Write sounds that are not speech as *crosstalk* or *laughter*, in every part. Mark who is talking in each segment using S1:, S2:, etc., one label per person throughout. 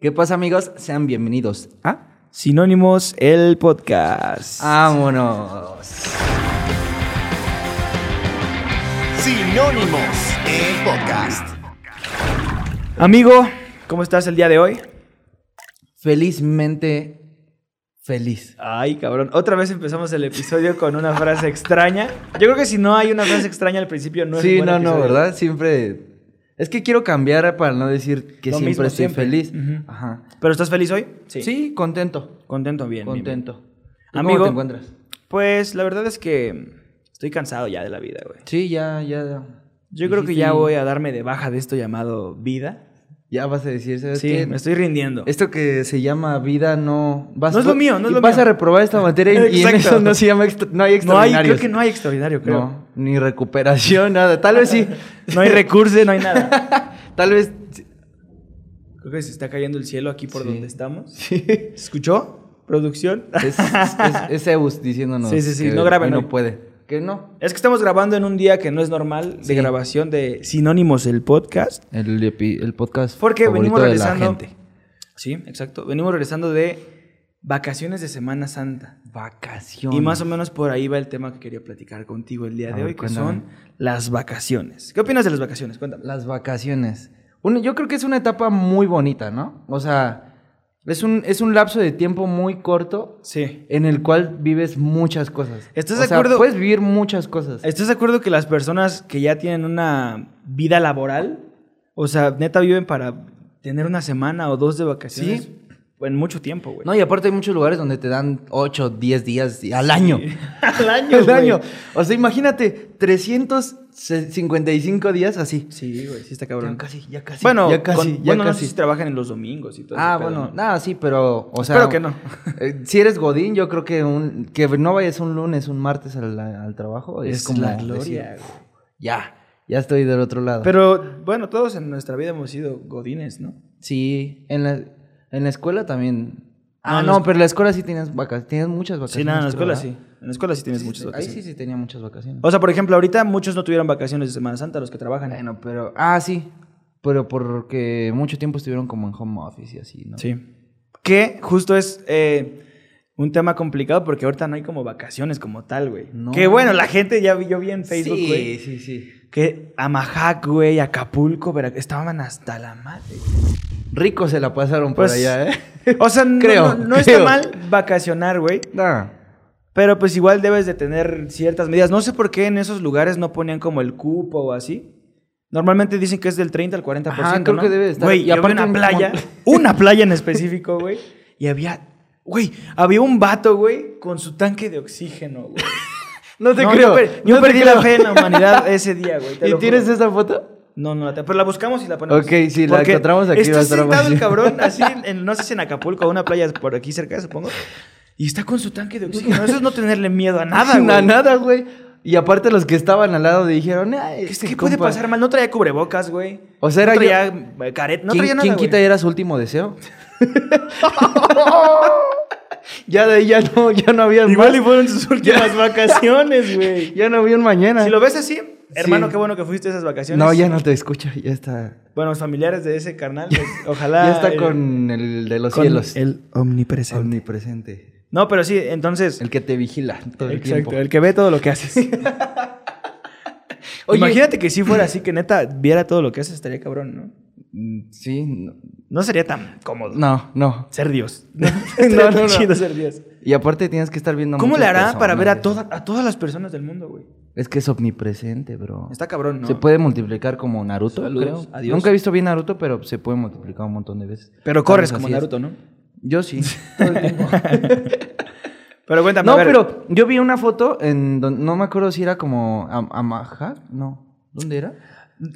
S1: ¿Qué pasa, amigos? Sean bienvenidos a
S2: Sinónimos, el podcast.
S1: Vámonos.
S3: Sinónimos, el podcast.
S2: Amigo, ¿cómo estás el día de hoy?
S1: Felizmente feliz.
S2: Ay, cabrón. Otra vez empezamos el episodio con una frase extraña. Yo creo que si no hay una frase extraña al principio, no es
S1: sí,
S2: un buen
S1: no, no,
S2: episodio.
S1: ¿verdad? Siempre. Es que quiero cambiar para no decir que
S2: Lo
S1: siempre
S2: mismo,
S1: estoy
S2: siempre.
S1: feliz.
S2: Ujú.
S1: Ajá.
S2: ¿Pero estás feliz hoy?
S1: Sí, contento.
S2: Contento, bien. bien, bien.
S1: contento. ¿Tú
S2: Amigo.
S1: ¿Cómo te encuentras?
S2: Pues la verdad es que estoy cansado ya de la vida, güey.
S1: Sí, ya, ya.
S2: Yo creo que
S1: Dijiste-
S2: ya voy a darme de baja de esto llamado vida.
S1: Ya vas a decir, ¿sabes
S2: Sí,
S1: qué?
S2: me estoy rindiendo.
S1: Esto que se llama vida no... vas-
S2: No es lo mío, no es
S1: y
S2: lo
S1: Vas
S2: mío.
S1: a reprobar esta materia *laughs* y- y en
S2: Exacto.
S1: eso no se llama... extra- No hay
S2: No hay,
S1: extraordinarios.
S2: creo que no hay extraordinario, creo.
S1: No, ni recuperación, *laughs* nada. Tal vez sí.
S2: No, *laughs* hay recursos, no hay nada.
S1: Tal vez...
S2: Creo que se está cayendo el cielo aquí por
S1: Sí.
S2: donde estamos.
S1: Sí.
S2: ¿Escuchó? ¿Producción? *laughs*
S1: Es, es, es- es Zeus diciéndonos
S2: Sí, sí, sí,
S1: que
S2: no graben
S1: hoy
S2: hoy.
S1: no puede. Que no.
S2: Es que estamos grabando en un día que no es normal de
S1: Sí.
S2: grabación de Sinónimos el podcast.
S1: El, epi- el podcast
S2: Porque
S1: favorito
S2: venimos
S1: de la
S2: regresando.
S1: gente.
S2: Sí, exacto. Venimos regresando de vacaciones de Semana Santa.
S1: Vacaciones.
S2: Y más o menos por ahí va el tema que quería platicar contigo el día
S1: A
S2: de
S1: ver,
S2: hoy,
S1: cuéntame.
S2: que son las vacaciones. ¿Qué opinas de las vacaciones? Cuéntame.
S1: Las vacaciones. Uno- yo creo que es una etapa muy bonita, ¿no? O sea, es un, es un lapso de tiempo muy corto
S2: Sí.
S1: en el cual vives muchas cosas.
S2: ¿Estás
S1: O
S2: de
S1: sea,
S2: acuerdo?
S1: Puedes vivir muchas cosas.
S2: ¿Estás de acuerdo que las personas que ya tienen una vida laboral, o sea, neta viven para tener una semana o dos de vacaciones?
S1: Sí.
S2: En mucho tiempo, güey.
S1: No, y aparte hay muchos lugares donde te dan 8, 10 días y- al año.
S2: al
S1: *laughs*
S2: año,
S1: al
S2: güey.
S1: año. O sea, imagínate, 355 días así.
S2: Sí, güey, sí está cabrón.
S1: Ya casi, ya casi.
S2: Bueno,
S1: ya casi,
S2: con-
S1: ya
S2: bueno, no sé
S1: casi.
S2: si trabajan en los domingos y todo
S1: Ah,
S2: ese pedo,
S1: bueno,
S2: ¿no?
S1: nada, sí, pero, o sea.
S2: Espero que no.
S1: *laughs* eh, si eres Godín, yo creo que un, que no vayas un lunes, un martes al, al trabajo es, como decir,
S2: güey.
S1: ya, ya estoy del otro lado.
S2: Pero bueno, todos en nuestra vida hemos sido godines, ¿no?
S1: sí, en la, en la escuela también. Ah,
S2: en
S1: no,
S2: la escu-
S1: pero en la escuela sí tenías vacaciones, tenías muchas vacaciones.
S2: Sí, nada, Pues en la
S1: creo,
S2: escuela sí.
S1: ¿verdad?
S2: En la escuela sí tienes
S1: Sí,
S2: muchas
S1: sí,
S2: vacaciones.
S1: Ahí sí sí tenía muchas vacaciones.
S2: O sea, por ejemplo, ahorita muchos no tuvieron vacaciones de Semana Santa, los que trabajan.
S1: Bueno, pero, ah, sí, pero porque mucho tiempo estuvieron como en home office y así, ¿no?
S2: Sí. Que justo es eh, un tema complicado porque ahorita no hay como vacaciones como tal, güey.
S1: No.
S2: Que bueno, la gente ya vi, yo vi en Facebook,
S1: sí,
S2: güey.
S1: sí, sí.
S2: Que Amajac, güey, Acapulco, Veracruz, estaban hasta
S1: *laughs*
S2: la madre.
S1: Ricos se la pasaron
S2: Pues-
S1: por allá, ¿eh?
S2: O sea, no-
S1: Creo,
S2: no, no
S1: creo.
S2: está mal vacacionar, güey.
S1: Nah.
S2: Pero pues igual debes de tener ciertas medidas. No sé por qué en esos lugares no ponían como el cupo o así. Normalmente dicen que es del 30 al 40%.
S1: Ajá, creo
S2: ¿no?
S1: que debe de estar.
S2: Güey,
S1: Y
S2: y
S1: aparte
S2: había una
S1: en-
S2: playa, *laughs* una playa en específico, güey. Y había, güey, había un vato, güey, con su tanque de oxígeno, güey.
S1: No te
S2: No,
S1: creo.
S2: Yo, per- yo
S1: no te
S2: perdí
S1: creo.
S2: la fe en
S1: *laughs*
S2: la humanidad ese día, güey. te
S1: ¿Y
S2: lo
S1: tienes
S2: juro.
S1: esa foto?
S2: No, no la tengo. Pero la buscamos y la ponemos.
S1: Ok, si la
S2: Porque
S1: encontramos aquí va
S2: Está
S1: a estar
S2: sentado el
S1: buenísimo. *laughs*
S2: cabrón, así, en- no sé si en Acapulco o una playa por aquí cerca, supongo. Y está con su tanque de oxígeno. Eso es no tenerle
S1: *laughs*
S2: miedo a nada, güey.
S1: Na- nada, güey. Y aparte los que estaban al lado dijeron, "Ay,
S2: ¿Qué,
S1: este
S2: qué puede
S1: compa".
S2: pasar mal? No traía cubrebocas, güey.
S1: O sea, era
S2: no
S1: yo-
S2: traía eh, caret, no
S1: ¿Quién,
S2: traía nada,
S1: quién
S2: güey.
S1: quita era su último
S2: *laughs*
S1: deseo? *laughs* ya de ahí ya no, ya no había
S2: Igual
S1: más.
S2: y
S1: *laughs*
S2: fueron sus últimas vacaciones, güey.
S1: Ya no había un mañana.
S2: Si lo ves así, hermano,
S1: Sí.
S2: qué bueno que fuiste a esas vacaciones.
S1: no, ya no te escucha, ya está.
S2: Bueno, los familiares de ese
S1: *laughs*
S2: carnal, pues, ojalá...
S1: ya está
S2: eh,
S1: con el de los
S2: con
S1: cielos.
S2: el omnipresente.
S1: omnipresente.
S2: No, pero sí, entonces...
S1: El que te vigila todo el
S2: Exacto,
S1: tiempo.
S2: el que ve todo lo que *laughs* haces.
S1: Oye.
S2: Imagínate que si fuera así, que neta viera todo lo que haces, estaría cabrón, ¿no?
S1: Mm, Sí, no,
S2: No sería tan cómodo.
S1: no. no.
S2: Ser *laughs* Dios. No, no,
S1: no, no.
S2: chido ser Dios.
S1: Y aparte tienes que estar viendo
S2: ¿Cómo
S1: muchas
S2: le hará para ver a,
S1: personas.
S2: toda- a todas las personas del mundo, güey?
S1: Es que es omnipresente, bro.
S2: Está cabrón, ¿no?
S1: Se puede multiplicar como Naruto,
S2: Saludos,
S1: creo.
S2: adiós.
S1: Nunca he visto bien Naruto, pero se puede multiplicar un montón de veces.
S2: Pero corres
S1: Entonces,
S2: como
S1: así es.
S2: Naruto, ¿no?
S1: Yo
S2: *laughs*
S1: sí. todo el tiempo.
S2: Pero cuéntame,
S1: no,
S2: a ver,
S1: pero yo vi una foto en don- no me acuerdo si era como Am- Amaha, no. ¿Dónde era?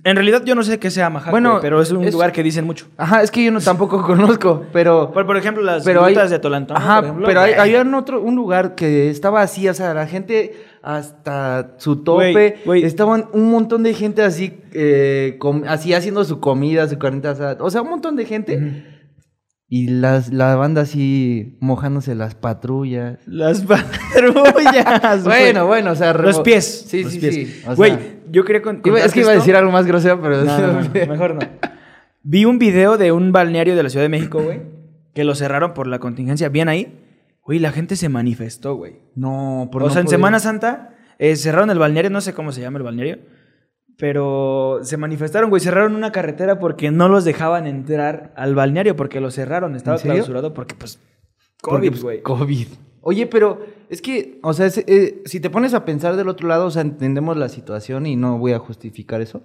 S2: en realidad yo no sé qué sea Majac,
S1: Bueno,
S2: güey, pero es un
S1: es-
S2: lugar que dicen mucho.
S1: Ajá, es que yo no tampoco *laughs* conozco, pero
S2: Por, por ejemplo, las
S1: pero hay
S2: grutas de Tolantón,
S1: Ajá,
S2: por ejemplo,
S1: pero hay,
S2: güey.
S1: había un otro un lugar que estaba así, o sea, la gente hasta su tope,
S2: Güey, güey.
S1: estaban un montón de gente así eh, com- así haciendo su comida, su carnita asada, o sea, un montón de gente. *laughs* Y las, la banda así mojándose las patrullas.
S2: Las patrullas, güey.
S1: Bueno, bueno, o sea, remo-
S2: Los pies.
S1: Sí,
S2: los
S1: sí,
S2: pies.
S1: sí. o
S2: Güey,
S1: sea,
S2: yo quería con-
S1: iba-
S2: contarte
S1: es que iba a *laughs*
S2: esto.
S1: decir algo más grosero, pero
S2: No, no, no, mejor no. Vi un video de un balneario de la Ciudad de México, güey, que lo cerraron por la contingencia. Bien ahí. Güey, la gente se manifestó, güey.
S1: No, por
S2: o
S1: no
S2: sea, en
S1: poder-
S2: Semana Santa eh, cerraron el balneario, no sé cómo se llama el balneario, pero se manifestaron, güey, cerraron una carretera porque no los dejaban entrar al balneario porque lo cerraron, estaba
S1: ¿En serio?
S2: clausurado porque pues
S1: Porque,
S2: COVID,
S1: pues,
S2: güey.
S1: COVID. Oye, pero es que, o sea, es- eh, si te pones a pensar del otro lado, o sea, entendemos la situación y no voy a justificar eso.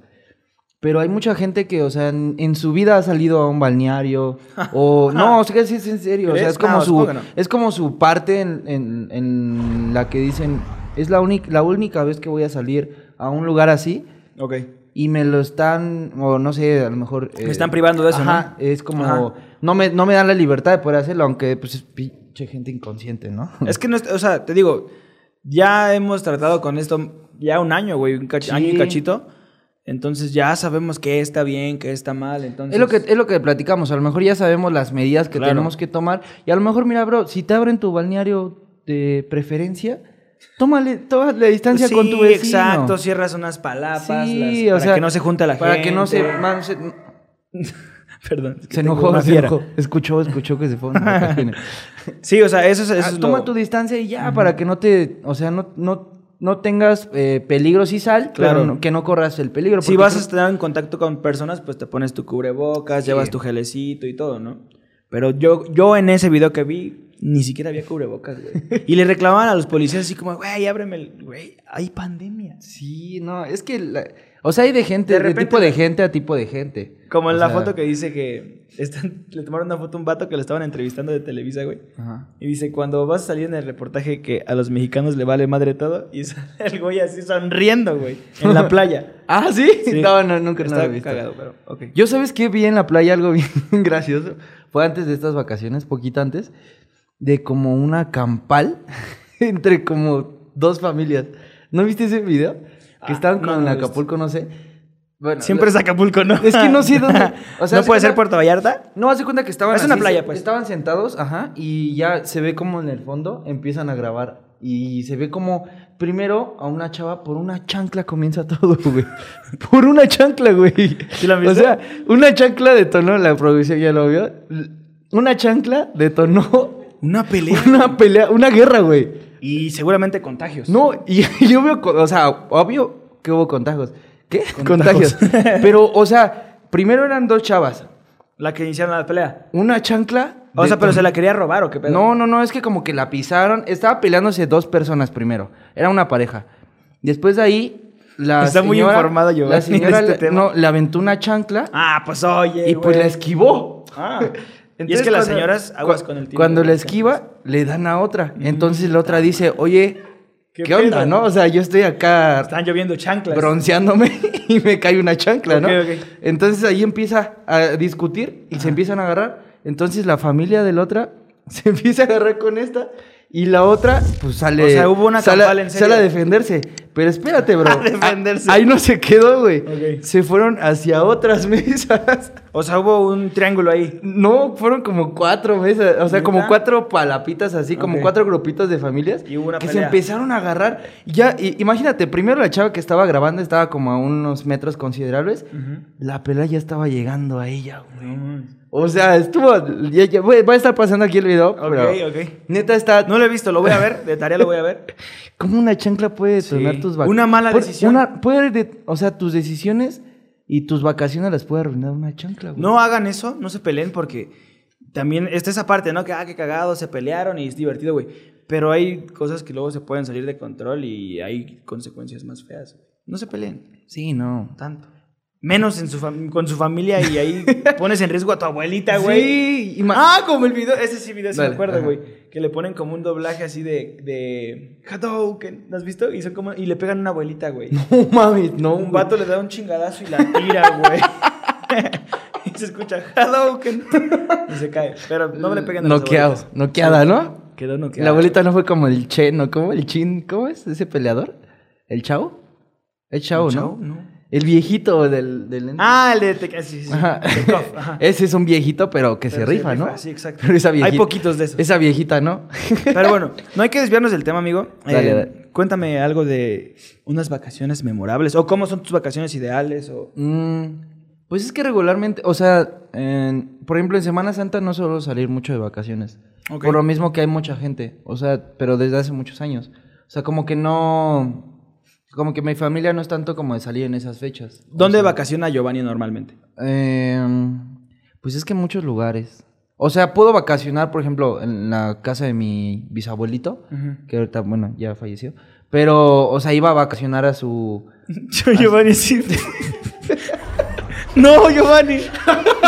S1: Pero hay mucha gente que, o sea, en, en su vida ha salido a un
S2: *laughs*
S1: balneario o... No, o sea, que sí es en serio. O sea,
S2: ¿Crees?
S1: es como,
S2: No,
S1: su,
S2: supongo que no.
S1: es como su parte en, en- en la que dicen, es la, única la única vez que voy a salir a un lugar así
S2: Ok.
S1: y me lo están, o no sé, a lo mejor... eh,
S2: Me están privando de eso,
S1: ajá,
S2: ¿no?
S1: es como...
S2: Ajá.
S1: No, me, no me dan la libertad de poder hacerlo, aunque pues es pinche gente inconsciente, ¿no? *laughs*
S2: Es que no, es- o sea, te digo, ya hemos tratado con esto ya un año, güey, un cach-
S1: Sí.
S2: año y cachito. Entonces ya sabemos qué está bien, qué está mal, entonces
S1: Es lo, que, es lo que platicamos, a lo mejor ya sabemos las medidas que
S2: Claro.
S1: tenemos que tomar y a lo mejor, mira, bro, si te abren tu balneario de preferencia, tómale, toma la distancia
S2: Sí,
S1: con tu vecino.
S2: exacto, cierras unas palapas
S1: Sí,
S2: las-
S1: o
S2: para
S1: sea,
S2: que no se junte la
S1: para
S2: gente.
S1: que no se... man, se-
S2: *laughs* Perdón. es que
S1: se
S2: tengo
S1: enojó,
S2: una
S1: se
S2: fiera.
S1: enojó. Escuchó, escuchó que se fue.
S2: *laughs* Sí, o sea, eso es, eso
S1: Ah,
S2: es
S1: toma
S2: lo-
S1: tu distancia y ya, para que no te, o sea, no, no, no tengas eh, peligro si sal,
S2: Claro.
S1: pero no- que no corras el peligro.
S2: Si
S1: porque
S2: vas a
S1: creo-
S2: estar en contacto con personas, pues te pones tu cubrebocas, llevas tu gelecito y todo, ¿no? Pero yo, yo en ese video que vi, ni siquiera había cubrebocas,
S1: *laughs*
S2: güey. Y le reclamaban a los policías así como, güey, ábreme el... Güey, hay pandemia.
S1: Sí, no, es que, la- o sea, hay de gente,
S2: De
S1: de,
S2: repente-
S1: tipo de gente a tipo de gente.
S2: Como en
S1: O
S2: la
S1: sea,
S2: foto que dice que están- *laughs* le tomaron una foto a un vato que lo estaban entrevistando de Televisa, güey.
S1: ajá.
S2: Y dice, cuando vas a salir en el reportaje que a los mexicanos le vale madre todo, y *laughs* sale el güey así sonriendo, güey, en la playa.
S1: Ah, *laughs* ¿sí?
S2: Sí.
S1: No, no, nunca no
S2: Está
S1: lo he visto.
S2: cagado, pero ok.
S1: Yo, ¿sabes qué? Vi en la playa algo *laughs* bien gracioso. Fue antes de estas vacaciones, poquito antes, de como una campal *laughs* entre como dos familias. ¿No viste ese video?
S2: Ah,
S1: Que estaban
S2: no,
S1: con
S2: no lo he visto.
S1: Acapulco, no sé. Bueno,
S2: Siempre es Acapulco, ¿no?
S1: Es que no sé
S2: *laughs*
S1: dónde- o sea, es
S2: ¿No puede
S1: que
S2: ser
S1: no-
S2: Puerto Vallarta?
S1: No, hace cuenta que estaban.
S2: Es una
S1: así,
S2: playa,
S1: se-
S2: pues.
S1: Estaban sentados, ajá, y ya se ve como en el fondo empiezan a grabar. Y se ve como primero a una chava por una chancla comienza todo, *laughs* güey. Por una chancla, güey.
S2: ¿Sí la
S1: O
S2: viste?
S1: sea, una chancla detonó, la producción ya lo vio. Una chancla detonó
S2: Una pelea.
S1: una pelea, una guerra, güey.
S2: *laughs* Y seguramente contagios.
S1: No, y *laughs* yo veo, co- o sea, obvio que hubo contagios. ¿Qué?
S2: Contagios.
S1: Contagios.
S2: *laughs*
S1: Pero, o sea, primero eran dos chavas.
S2: La que iniciaron la pelea.
S1: Una chancla.
S2: O sea, pero
S1: detonó-
S2: se la quería robar o qué pedo.
S1: no, no, no, es que como que la pisaron. Estaba peleándose dos personas primero. Era una pareja. Después de ahí, la
S2: Está muy
S1: señora-
S2: informado Giovanni
S1: La señora
S2: de este
S1: le-
S2: tema.
S1: no, le aventó una chancla
S2: Ah, pues oye.
S1: y pues
S2: güey.
S1: la esquivó. *laughs*
S2: Ah. y es
S1: Entonces,
S2: que las
S1: cuando-
S2: señoras aguas
S1: cua-
S2: con el tiro.
S1: Cuando
S2: de
S1: la
S2: las Mm.
S1: esquiva, le dan a otra. Entonces la otra dice, oye,
S2: ¿Qué
S1: ¿qué, onda,
S2: pedo?
S1: no? O sea, yo estoy acá
S2: Están lloviendo chanclas.
S1: bronceándome *laughs* y me cae una chancla, ¿no?
S2: Ok, ok.
S1: Entonces ahí empieza a discutir y se empiezan a agarrar. Entonces la familia de la otra *laughs* se empieza a agarrar con esta y la otra pues sale
S2: O sea, hubo una
S1: sale,
S2: campal en serio.
S1: sale a defenderse. Pero espérate, bro.
S2: *laughs* A defenderse.
S1: Ah, Ahí no se quedó, güey.
S2: Ok.
S1: Se fueron hacia otras *laughs* mesas.
S2: O sea, hubo un triángulo ahí.
S1: No, fueron como cuatro mesas, o sea, como
S2: ¿Neta?
S1: cuatro palapitas así, como
S2: Ok.
S1: cuatro grupitos de familias
S2: Y hubo una
S1: que se
S2: pelea.
S1: empezaron a agarrar. Y ya, i- imagínate, primero la chava que estaba grabando estaba como a unos metros considerables, la pelea ya estaba llegando a ella, güey. O sea, estuvo, ya- ya- güey, va a estar pasando aquí el video, pero
S2: Ok, ok.
S1: neta está,
S2: No lo he visto, lo voy a ver. De tarea lo voy a ver.
S1: como una chancla puede
S2: Sí.
S1: detonar tus vacaciones.
S2: Una mala decisión.
S1: puede, de- o sea, tus decisiones y tus vacaciones las puede arruinar una chancla, güey.
S2: No hagan eso, no se peleen porque también está esa parte, ¿no? Que, ah, qué cagado, se pelearon y es divertido, güey. Pero hay cosas que luego se pueden salir de control y hay consecuencias más feas. No se peleen
S1: Sí, no.
S2: tanto. Menos en su fam- con su familia
S1: *laughs*
S2: y ahí pones en riesgo a tu abuelita, güey.
S1: Sí, ima-
S2: Ah, como el video, ese sí video se me
S1: Dale,
S2: acuerdo,
S1: ajá.
S2: güey. Que le ponen como un doblaje así de. de Hadouken, ¿lo has visto? Y, son como, y le pegan a una abuelita, güey.
S1: *laughs* No mames, no.
S2: Un
S1: güey.
S2: vato le da un chingadazo y la tira, güey. *laughs* y se escucha Hadouken. Y se cae. Pero no le peguen a las
S1: Noqueado,
S2: abuelitas.
S1: noqueada, ¿no?
S2: Quedó noqueado.
S1: La abuelita no fue como el Che, ¿no? ¿Cómo el Chin? ¿Cómo es ese peleador? ¿El Chao? El Chao,
S2: ¿El
S1: ¿no?
S2: Chao? No.
S1: El viejito del... del...
S2: Ah, el de Teca. Sí, sí, sí.
S1: Ajá.
S2: Tecoff, ajá.
S1: *laughs* Ese es un viejito, pero que se
S2: Pero
S1: rifa, ¿no?
S2: Sí, exacto.
S1: Pero esa viejita,
S2: Hay poquitos de esos.
S1: Esa viejita, ¿no? *laughs*
S2: Pero bueno, no hay que desviarnos del tema, amigo.
S1: Dale,
S2: Eh,
S1: dale.
S2: Cuéntame algo de unas vacaciones memorables. O cómo son tus vacaciones ideales. O...
S1: Mm, Pues es que regularmente, o sea, en- por ejemplo, en Semana Santa no suelo salir mucho de vacaciones.
S2: Ok.
S1: Por lo mismo que hay mucha gente, o sea, pero desde hace muchos años. O sea, como que no... Como que mi familia no es tanto como de salir en esas fechas. O
S2: ¿Dónde
S1: sea,
S2: vacaciona Giovanni normalmente?
S1: Em, pues es que en muchos lugares. O sea, puedo vacacionar, por ejemplo, en la casa de mi bisabuelito, *laughs*
S2: Mm.
S1: que ahorita, bueno, ya falleció. Pero, o sea, iba a vacacionar a su...
S2: Giovanni sí. *laughs* no, Giovanni.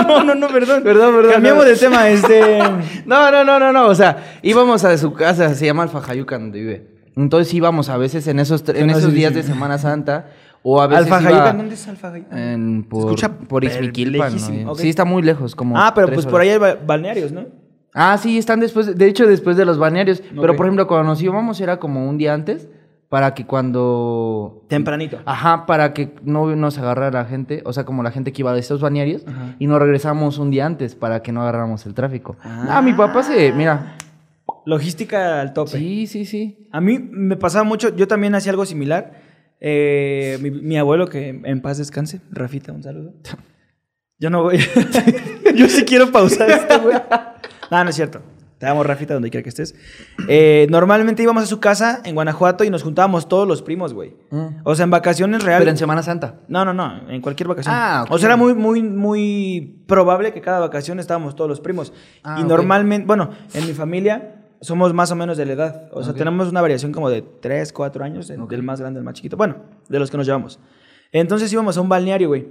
S2: No, no, no, perdón.
S1: Perdón, perdón,
S2: Cambiamos
S1: no.
S2: de tema, este.
S1: *laughs* No, no, no, no, no. O sea, íbamos a su casa, se llama Alfajayuca, donde vive. Entonces íbamos a veces en esos, tre- en
S2: Ah, No sé
S1: esos
S2: si
S1: días
S2: sí.
S1: de Semana Santa o a veces
S2: Alfajayuca,
S1: iba Eh,
S2: ¿dónde es Alfajayuca?
S1: en, por,
S2: escucha
S1: por Ixmiquilpan, ¿no?
S2: lejísimo, ok.
S1: Sí, está muy lejos, como
S2: ah, pero
S1: tres
S2: pues
S1: horas.
S2: por ahí hay ba- balnearios, ¿no?
S1: Ah, sí, están después, de- de hecho, después de los balnearios. Pero,
S2: Ok.
S1: por ejemplo, cuando nos íbamos era como un día antes para que cuando...
S2: Tempranito.
S1: Ajá, para que no nos agarrara la gente, o sea, como la gente que iba de estos balnearios,
S2: Ajá.
S1: y nos regresamos un día antes para que no agarráramos el tráfico.
S2: Ah.
S1: Ah, mi papá se, mira,
S2: Logística al tope.
S1: sí, sí, sí.
S2: A mí me pasaba mucho, yo también hacía algo similar. Eh, mi, mi abuelo, que en paz descanse, Rafita, un saludo. Yo no voy. *laughs* yo sí quiero pausar esto, güey. No, no es cierto. Te amo, Rafita, donde quiera que estés. Eh, normalmente íbamos a su casa en Guanajuato y nos juntábamos todos los primos, güey.
S1: Mm.
S2: O sea, en vacaciones
S1: Pero en
S2: reales.
S1: Semana Santa.
S2: No, no, no, en cualquier vacación.
S1: Ah, ok.
S2: O sea, era muy, muy, muy probable que cada vacación estábamos todos los primos.
S1: Ah,
S2: y
S1: ok.
S2: normalmente, bueno, en mi familia somos más o menos de la edad. O sea,
S1: Ok.
S2: tenemos una variación como de 3, 4 años, de- del más grande al más chiquito. Bueno, de los que nos llevamos. Entonces íbamos a un balneario, güey.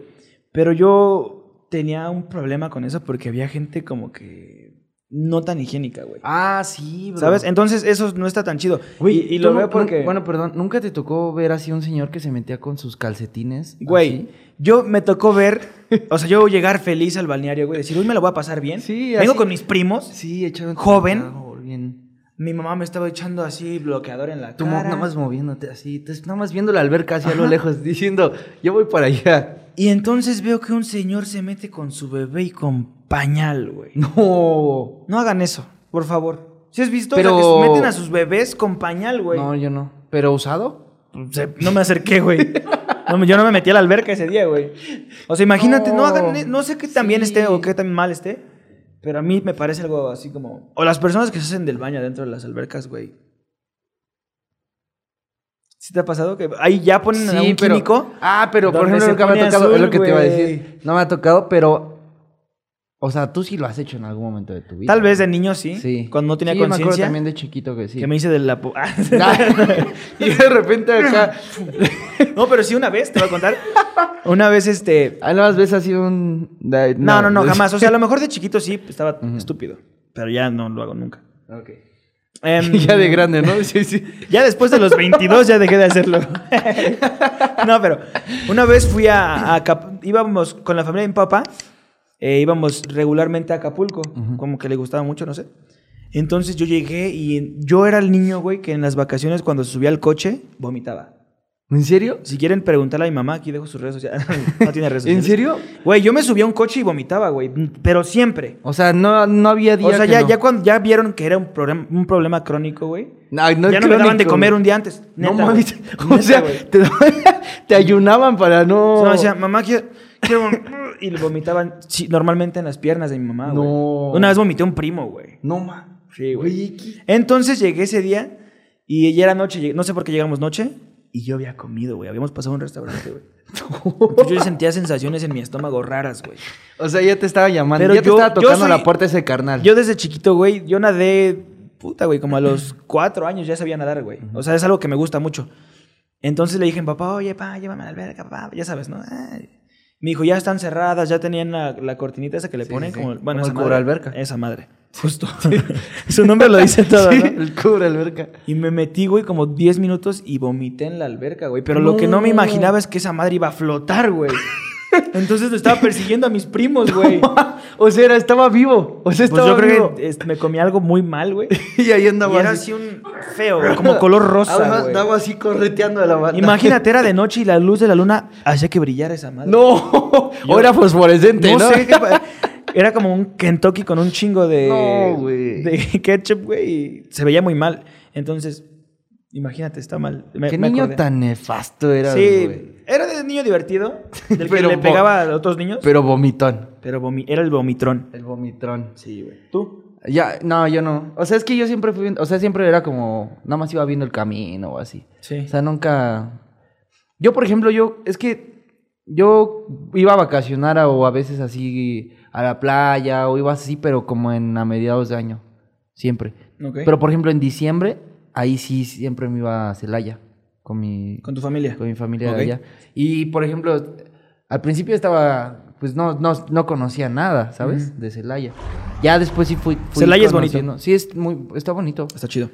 S2: Pero yo tenía un problema con eso porque había gente como que no tan higiénica, güey.
S1: Ah, sí, bro.
S2: ¿Sabes? Entonces eso no está tan chido.
S1: Güey,
S2: y, y lo
S1: tú nu-
S2: veo porque...
S1: nu- Bueno, perdón, ¿nunca te tocó ver así un señor que se metía con sus calcetines?
S2: Güey, yo me tocó ver, o sea, yo llegar feliz al balneario, güey, decir, hoy me lo voy a pasar bien.
S1: Sí,
S2: Vengo
S1: así-
S2: con mis
S1: así?
S2: primos.
S1: Sí, echando...
S2: Joven.
S1: Bien.
S2: Mi mamá me estaba echando así bloqueador en la
S1: Tú mo-
S2: cara.
S1: nada más moviéndote así, te- nada más viendo la alberca hacia lo lejos, diciendo, yo voy para allá.
S2: Y entonces veo que un señor se mete con su bebé y con pañal, güey.
S1: No.
S2: No hagan eso, por favor. Si has visto O sea,
S1: Pero-
S2: que se meten a sus bebés con pañal, güey.
S1: No, yo no. ¿Pero usado?
S2: Se- No me acerqué, güey. No me- yo no me metí a la alberca ese día, güey. O sea, imagínate, no,
S1: No.
S2: hagan, e- no sé qué tan bien
S1: Sí.
S2: esté o qué tan mal esté, pero a mí me parece algo así como... O las personas que se hacen del baño dentro de las albercas, güey. ¿Sí te ha pasado que ahí ya ponen a un químico?
S1: Ah, pero por
S2: donde
S1: ejemplo
S2: se
S1: nunca me
S2: pone
S1: ha tocado, es
S2: azul,
S1: lo que te iba a decir.
S2: güey.
S1: No me ha tocado, pero... O sea, tú sí lo has hecho en algún momento de tu vida.
S2: Tal vez de niño sí,
S1: Sí.
S2: cuando no tenía
S1: Sí, me acuerdo
S2: conciencia,
S1: también de chiquito que sí. *laughs*
S2: que me hice de la... po- *laughs*
S1: y de repente acá.
S2: no, pero sí una vez, te voy a contar. Una vez, este...
S1: Ah, nada más ves así un. da-
S2: No, no, no, jamás. O sea, a lo mejor de chiquito sí pues, estaba estúpido, pero ya no lo hago nunca.
S1: *laughs* Ok. *laughs*
S2: Em,
S1: ya de grande, ¿no? Sí, sí.
S2: Ya después de los 22 ya dejé
S1: *laughs*
S2: de hacerlo. no, pero una vez fui a, a Acap- íbamos con la familia de mi papá, eh, íbamos regularmente a Acapulco, como que le gustaba mucho, no sé. Entonces yo llegué y yo era el niño, güey, que en las vacaciones cuando subía al coche vomitaba.
S1: ¿En serio?
S2: Si quieren preguntarle a mi mamá, aquí dejo sus redes sociales. *laughs* no tiene redes
S1: ¿En
S2: sociales.
S1: serio?
S2: Güey, yo me subía a un coche y vomitaba, güey, pero siempre.
S1: O sea, no, no había día.
S2: O sea,
S1: que
S2: ya,
S1: no.
S2: ya cuando ya vieron que era un, problema- un problema crónico, güey
S1: Ay, no
S2: ya
S1: es
S2: no me daban
S1: crónico.
S2: de comer un día antes.
S1: No
S2: neta, güey.
S1: mames. *laughs* O
S2: Neta,
S1: sea,
S2: güey.
S1: te, te ayunaban para
S2: O
S1: no.
S2: sea, me decía, mamá, quiero. quiero vom-" y le vomitaban sí, normalmente en las piernas de mi mamá, güey.
S1: No.
S2: Una vez vomité un primo, güey.
S1: No, ma.
S2: Sí,
S1: Güey, ¿qué?
S2: Entonces llegué ese día y ya era noche. lleg- No sé por qué llegamos noche y yo había comido, güey. Habíamos pasado a un restaurante,
S1: *laughs*
S2: güey. Entonces yo sentía sensaciones en mi estómago raras, güey.
S1: O sea, ya te estaba llamando.
S2: Pero
S1: ya te
S2: yo-
S1: estaba
S2: yo
S1: tocando
S2: soy-
S1: la puerta ese carnal. *laughs*
S2: Yo *laughs* desde chiquito, güey, yo nadé, puta, güey, como
S1: *clears throat*
S2: a los cuatro años ya sabía nadar, güey. O sea, es algo que me gusta mucho. Entonces le dije a mi papá, oye, pa, llévame a la alberca, papá, ya sabes, ¿no? Ay. Me dijo, ya están cerradas, ya tenían la, la cortinita esa que le
S1: Sí,
S2: ponen,
S1: sí, sí.
S2: como,
S1: Como
S2: bueno,
S1: el
S2: esa madre.
S1: cubraalberca. *laughs*
S2: Esa madre, justo. *laughs* Su nombre lo dice todo,
S1: Sí,
S2: ¿no?
S1: el cubre
S2: *laughs*
S1: alberca.
S2: Y me metí, güey, como 10 minutos y vomité en la alberca, güey. Pero lo que no
S1: No.
S2: me imaginaba es que esa madre iba a
S1: *laughs*
S2: flotar, güey. Entonces lo estaba persiguiendo a mis primos, güey.
S1: O sea, era- estaba vivo. O sea,
S2: Pues
S1: estaba
S2: yo creo
S1: vivo.
S2: que este, me comí algo muy mal, güey.
S1: *laughs* y ahí andaba
S2: Y era
S1: así.
S2: así un feo, güey, como color rosa,
S1: Ajá,
S2: güey.
S1: Andaba así correteando a la banda. *laughs*
S2: Imagínate, era de noche y la luz de la luna hacía que brillara esa madre.
S1: No, o era fosforescente,
S2: no,
S1: ¿no? *laughs*
S2: sé qué pa- Era como un Kentucky con un chingo de,
S1: No, güey.
S2: de ketchup, güey. y se veía muy mal. Entonces, Imagínate, está mal. Me-
S1: Qué
S2: me
S1: niño
S2: acordé.
S1: tan nefasto era,
S2: Sí,
S1: güey.
S2: era de niño divertido, del
S1: Pero
S2: que
S1: bo-
S2: le pegaba a otros niños,
S1: Pero
S2: pero,
S1: vomitón.
S2: vomi- era el vomitrón.
S1: El vomitrón.
S2: Sí, güey. ¿Tú?
S1: Ya, no, yo no. O sea, es que yo siempre fui, bien- o sea, siempre era como, nada más iba viendo el camino o así.
S2: Sí.
S1: O sea, nunca. Yo, por ejemplo, yo, es que yo iba a vacacionar a- o a veces así a la playa o iba así, pero como en a mediados de año, siempre.
S2: Ok.
S1: Pero, por ejemplo, en diciembre, ahí sí siempre me iba a Celaya con mi,
S2: Con tu familia.
S1: con mi familia
S2: Ok.
S1: de allá. Y, por ejemplo, al principio estaba, pues no, no, no conocía nada, ¿sabes? De Celaya. Ya después sí fui. fui
S2: Celaya es bonito.
S1: conociendo. Sí, es muy, está bonito.
S2: Está chido.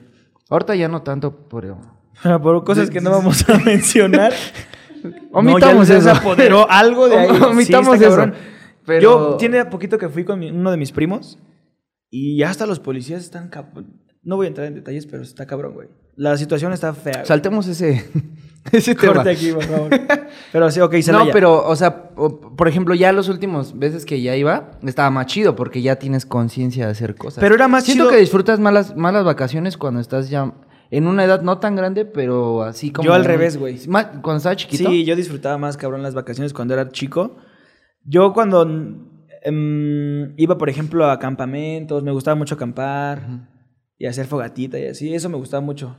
S1: Ahorita ya no tanto, pero...
S2: *laughs* Por cosas que no
S1: *laughs*
S2: vamos a mencionar.
S1: Omitamos
S2: no, ya
S1: eso.
S2: Se
S1: *laughs*
S2: *laughs* apoderó algo de ahí. *laughs*
S1: Omitamos
S2: está
S1: eso.
S2: cabrón.
S1: Pero-
S2: Yo tiene poquito que fui con mi- uno de mis primos y ya hasta los policías están... cap- No voy a entrar en detalles, pero está cabrón, güey. La situación está fea. güey.
S1: Saltemos ese, *laughs* ese tema.
S2: *laughs* Corte aquí, por favor. pero sí, ok, Celaya.
S1: No, pero, o sea, o- por ejemplo, ya los últimos veces que ya iba, estaba más chido porque ya tienes conciencia de hacer cosas.
S2: Pero era más
S1: Siento
S2: chido-
S1: que disfrutas malas, malas vacaciones cuando estás ya en una edad no tan grande, pero así como.
S2: Yo al
S1: un-
S2: revés, güey.
S1: Ma- Cuando estaba chiquito.
S2: Sí, yo disfrutaba más, cabrón, las vacaciones cuando era chico. Yo cuando mm, iba, por ejemplo, a campamentos, me gustaba mucho acampar y hacer fogatita y así, eso me gustaba mucho.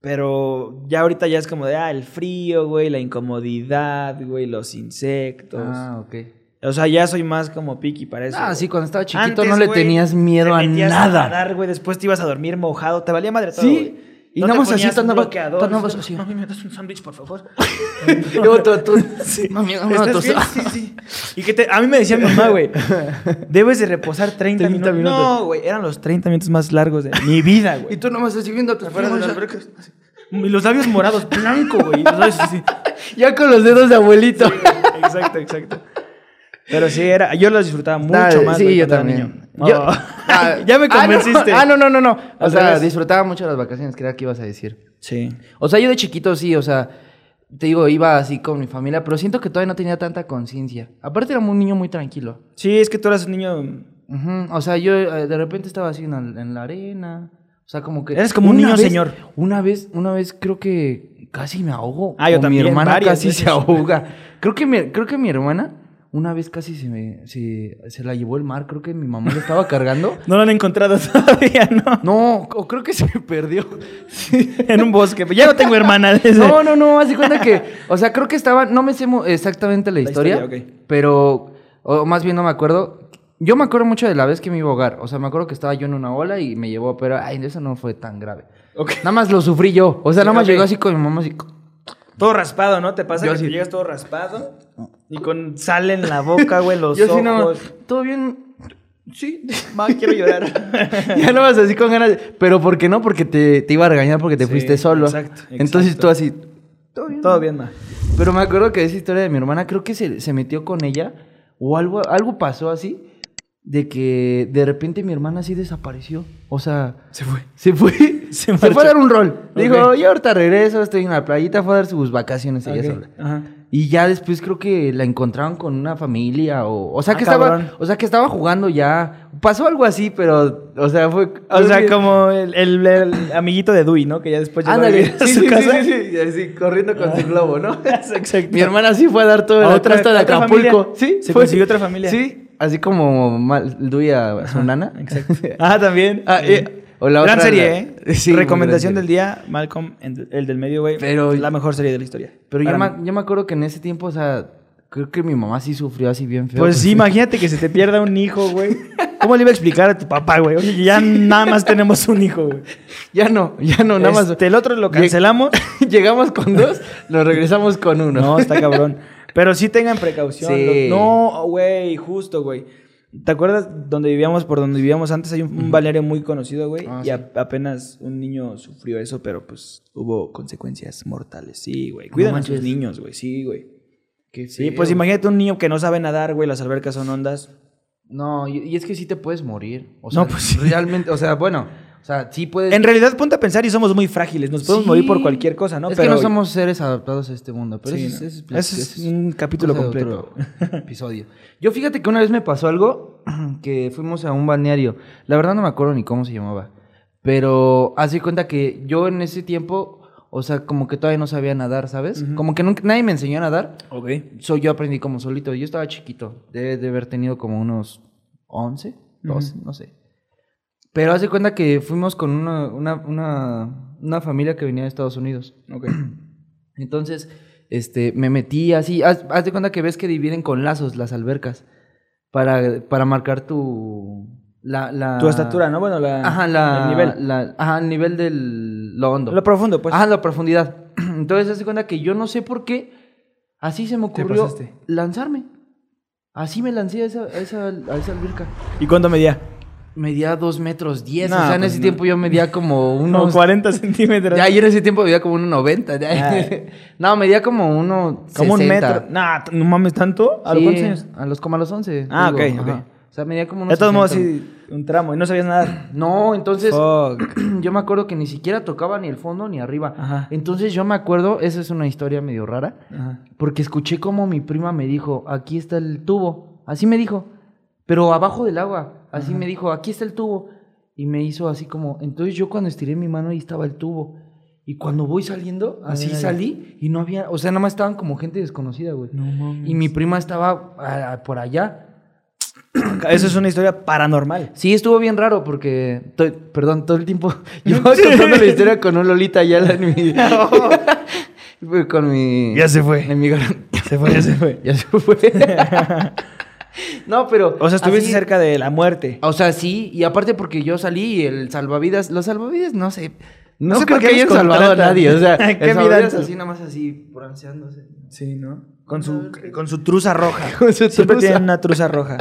S2: Pero ya ahorita ya es como de, ah, el frío, güey, la incomodidad, güey, los insectos.
S1: Ah, ok.
S2: O sea, ya soy más como piqui para eso.
S1: Ah,
S2: güey.
S1: sí, cuando estaba chiquito
S2: Antes,
S1: no le
S2: güey,
S1: tenías miedo
S2: te
S1: a
S2: metías
S1: nada.
S2: A nadar, güey, después te ibas a dormir mojado, te valía madre todo.
S1: Sí,
S2: güey.
S1: y
S2: No
S1: nada
S2: te
S1: más así,
S2: ponías
S1: tan
S2: un
S1: nada más-
S2: bloqueador,
S1: tan nada
S2: así,
S1: más así.
S2: Mami, me das un sándwich, por favor.
S1: Y luego tú-
S2: *laughs*
S1: tú- Mami, dame una
S2: ¿Estás
S1: tos-
S2: bien? Sí, sí. Y que te- a mí me decía mi mamá, güey, debes de reposar 30,
S1: 30
S2: minutos.
S1: minutos.
S2: No, güey, eran los 30 minutos más largos de mi vida,
S1: Y
S2: güey.
S1: tú nomás así viendo a tus primos, ya-
S2: Y los labios morados, blanco, güey. y los labios así.
S1: *laughs* Ya con los dedos de abuelito.
S2: Exacto, exacto. Pero sí, era, yo los disfrutaba mucho
S1: Nah,
S2: más.
S1: Sí,
S2: güey,
S1: yo
S2: cuando era
S1: también.
S2: niño.
S1: Yo-
S2: Oh.
S1: *laughs* Ah,
S2: *laughs* ya me
S1: ah, no,
S2: convenciste.
S1: Ah, no, no, no, no. O
S2: Al
S1: sea,
S2: revés.
S1: disfrutaba mucho las vacaciones, creía que ibas a decir.
S2: Sí.
S1: O sea, yo de chiquito sí, o sea, te digo, iba así con mi familia, pero siento que todavía no tenía tanta conciencia. Aparte era un niño muy tranquilo.
S2: Sí, es que tú eras un niño.
S1: Ujú, O sea, yo eh, de repente estaba así en, la- en la arena. O sea, como que...
S2: Eres como un
S1: Una
S2: niño
S1: vez-
S2: señor.
S1: Una vez, una vez creo que casi me ahogo.
S2: Ah, yo
S1: O
S2: también,
S1: Mi hermana
S2: varias
S1: casi
S2: veces.
S1: se ahoga. Creo que, mi, creo que mi hermana una vez casi se, me, se, se la llevó el mar. Creo que mi mamá la estaba cargando. *laughs*
S2: No lo han encontrado *laughs* todavía, ¿no?
S1: No, o creo que se perdió. *laughs* Sí.
S2: En un bosque. pues Ya no tengo hermana. *laughs*
S1: No, no, no, haz de cuenta que, o sea, creo que estaba, no me sé mu- exactamente la
S2: La
S1: historia,
S2: historia, ok.
S1: pero, o más bien no me acuerdo. Yo me acuerdo mucho de la vez que me iba a ahogar, o sea, me acuerdo que estaba yo en una ola y me llevó, pero, ay, eso no fue tan grave.
S2: Ok.
S1: Nada más lo sufrí yo, o sea,
S2: Sí,
S1: nada más
S2: ok.
S1: llegó así con mi mamá, así,
S2: Todo raspado, ¿no? Te pasa
S1: Yo
S2: que
S1: sí.
S2: te llegas todo raspado y con sal en la boca, güey,
S1: *laughs*
S2: los
S1: yo
S2: ojos.
S1: así nada más, todo bien,
S2: Sí, ma, quiero llorar.
S1: *laughs* ya nada más así con ganas, de- pero ¿por qué no? Porque te, te iba a regañar porque te
S2: Sí,
S1: fuiste solo.
S2: exacto,
S1: Entonces
S2: exacto.
S1: tú así, *laughs* todo bien.
S2: Todo bien, ma.
S1: Pero me acuerdo que esa historia de mi hermana, creo que se, se metió con ella o algo, algo pasó así, de que de repente mi hermana así desapareció. O sea,
S2: Se fue.
S1: se fue,
S2: *laughs* Se
S1: se,
S2: marchó.
S1: fue a dar un rol. Dijo,
S2: Ok.
S1: yo ahorita regreso, estoy en la playita, fue a dar sus vacaciones ella sola.
S2: Ajá.
S1: Y ya después creo que la encontraron con una familia o... O sea,
S2: Ah,
S1: que
S2: cabrón.
S1: estaba, o sea que estaba jugando ya. Pasó algo así, pero... O sea, fue...
S2: O sea, como el, el- el amiguito de Dewey, ¿no? Que ya después llegó
S1: Ándale,
S2: a, vivir a
S1: sí,
S2: su
S1: sí,
S2: casa.
S1: sí, sí, sí, y así, corriendo con su globo, ¿no?
S2: *laughs* Exacto.
S1: Mi hermana sí fue a dar todo el
S2: ¿A otra-
S1: atrasto de
S2: otra
S1: Acapulco.
S2: familia?
S1: Sí,
S2: ¿Se
S1: fue-
S2: consiguió otra familia?
S1: Sí, así como mal, Dui a su nana. *laughs*
S2: Exacto. Ah, también.
S1: Ah, eh, o la
S2: gran
S1: otra,
S2: serie,
S1: la-
S2: ¿eh?
S1: Sí, muy
S2: Recomendación
S1: gran
S2: del día, Malcolm, en- el del medio, güey.
S1: Pero-
S2: La mejor serie de la historia.
S1: Pero yo
S2: Para
S1: me,
S2: mí.
S1: yo me acuerdo que en ese tiempo, o sea, creo que mi mamá sí sufrió así bien feo.
S2: Pues sí,
S1: porque-
S2: imagínate que se te pierda un hijo, güey. ¿Cómo le iba a explicar a tu papá, güey? Oye, ya nada más tenemos un hijo, güey.
S1: *laughs* Ya no, ya no, nada más. *laughs*
S2: Este, el otro lo cancelamos.
S1: Llegamos con dos, nos regresamos con uno. *laughs*
S2: No, está cabrón. Pero sí tengan precaución.
S1: Sí.
S2: lo- No, güey, justo, güey. ¿Te acuerdas donde vivíamos, por donde vivíamos antes? Hay un, un balneario muy conocido, güey.
S1: Ah,
S2: y
S1: sí.
S2: a- apenas un niño sufrió eso, pero pues hubo consecuencias mortales. Sí, güey.
S1: No
S2: Cuidan a
S1: manches.
S2: sus niños, güey. Sí, güey.
S1: Qué
S2: Sí,
S1: feo.
S2: pues imagínate un niño que no sabe nadar, güey. Las albercas son ondas.
S1: No, y, y es que sí te puedes morir. O sea,
S2: No, pues sí.
S1: Realmente, o sea, bueno, o sea, sí puedes.
S2: En realidad, ponte a pensar y somos muy frágiles. Nos podemos
S1: Sí.
S2: morir por cualquier cosa, ¿no?
S1: Es que no somos seres adaptados a este mundo. Pero
S2: Sí,
S1: eso,
S2: ¿no?
S1: es, eso
S2: Ese
S1: es-
S2: es
S1: eso es
S2: un capítulo
S1: cosa de
S2: completo.
S1: otro *laughs* episodio. Yo fíjate que una vez me pasó algo *clears throat* que fuimos a un balneario. La verdad no me acuerdo ni cómo se llamaba. Pero hace cuenta que yo en ese tiempo, o sea, como que todavía no sabía nadar, ¿sabes? Como que nunca, nadie me enseñó a nadar.
S2: Ok.
S1: Soy yo aprendí como solito. Yo estaba chiquito. Debe de haber tenido como unos 11, 12, no sé. Pero hace cuenta que fuimos con una, una, una, una familia que venía de Estados Unidos.
S2: Ok.
S1: Entonces, este, me metí así. Haz, haz de cuenta que ves que dividen con lazos las albercas para, para marcar tu... La, la-
S2: Tu estatura, ¿no? Bueno, Ah. la,
S1: Ajá, la,
S2: el nivel.
S1: la- ajá, el nivel del... Lo hondo.
S2: Lo profundo, pues.
S1: Ah, la profundidad. *clears throat* Entonces, hace cuenta que yo no sé por qué. Así se me
S2: Te
S1: ocurrió
S2: pasaste.
S1: lanzarme. Así me lancé a esa, a esa, a esa alberca.
S2: ¿Y cuánto medía?
S1: Medía dos metros 10.
S2: No,
S1: o sea, en
S2: pues
S1: ese
S2: no.
S1: tiempo yo medía
S2: *laughs*
S1: como unos.
S2: 40 centímetros.
S1: ya, yo en ese tiempo medía como 1,90. ya. *laughs* no, medía como uno
S2: Ah. Como un
S1: 60.
S2: metro. Nah, t- no mames, ¿tanto? ¿A los
S1: Sí,
S2: cuántos años?
S1: A los, como a los 11. te
S2: Ah, ok,
S1: ajá.
S2: ok.
S1: O sea, medía como unos.
S2: De todos modos,
S1: 60.
S2: sí, un tramo. Y no sabías nada.
S1: No, entonces.
S2: Fuck.
S1: *clears throat* yo me acuerdo que ni siquiera tocaba ni el fondo ni arriba.
S2: Ajá.
S1: Entonces, yo me acuerdo. Esa es una historia medio rara.
S2: Ajá.
S1: Porque escuché como mi prima me dijo, aquí está el tubo. Así me dijo, pero abajo del agua. Así me dijo, aquí está el tubo. Y me hizo así como, entonces yo cuando estiré mi mano ahí estaba el tubo. Y cuando voy saliendo, así
S2: había nadie.
S1: salí y no había, o sea, nada más estaban como gente desconocida, güey.
S2: No mames.
S1: y mi prima estaba ah, ah, por allá.
S2: Eso es una historia paranormal.
S1: Sí, estuvo bien raro porque, to- perdón, todo el tiempo *laughs* yo contando la historia con un Lolita Ayala en mi... *laughs* con mi...
S2: se fue.
S1: en mi gar-
S2: Se fue, ya se fue.
S1: *laughs* Ya se fue. no, pero.
S2: O sea, estuviste
S1: así-
S2: cerca de la muerte.
S1: O sea, sí, y aparte porque yo salí y el salvavidas. Los salvavidas, no sé. No,
S2: sé
S1: creo
S2: por qué
S1: que hayan
S2: los
S1: salvado a
S2: contratan.
S1: nadie. O sea,
S2: *laughs* ¿Qué
S1: el
S2: vida
S1: salvavidas
S2: tú?
S1: así, nada más así, bronceándose.
S2: Sí, ¿no? Con su, *laughs* con su truza roja.
S1: Con su
S2: Siempre
S1: truza.
S2: tienen una truza *laughs* roja.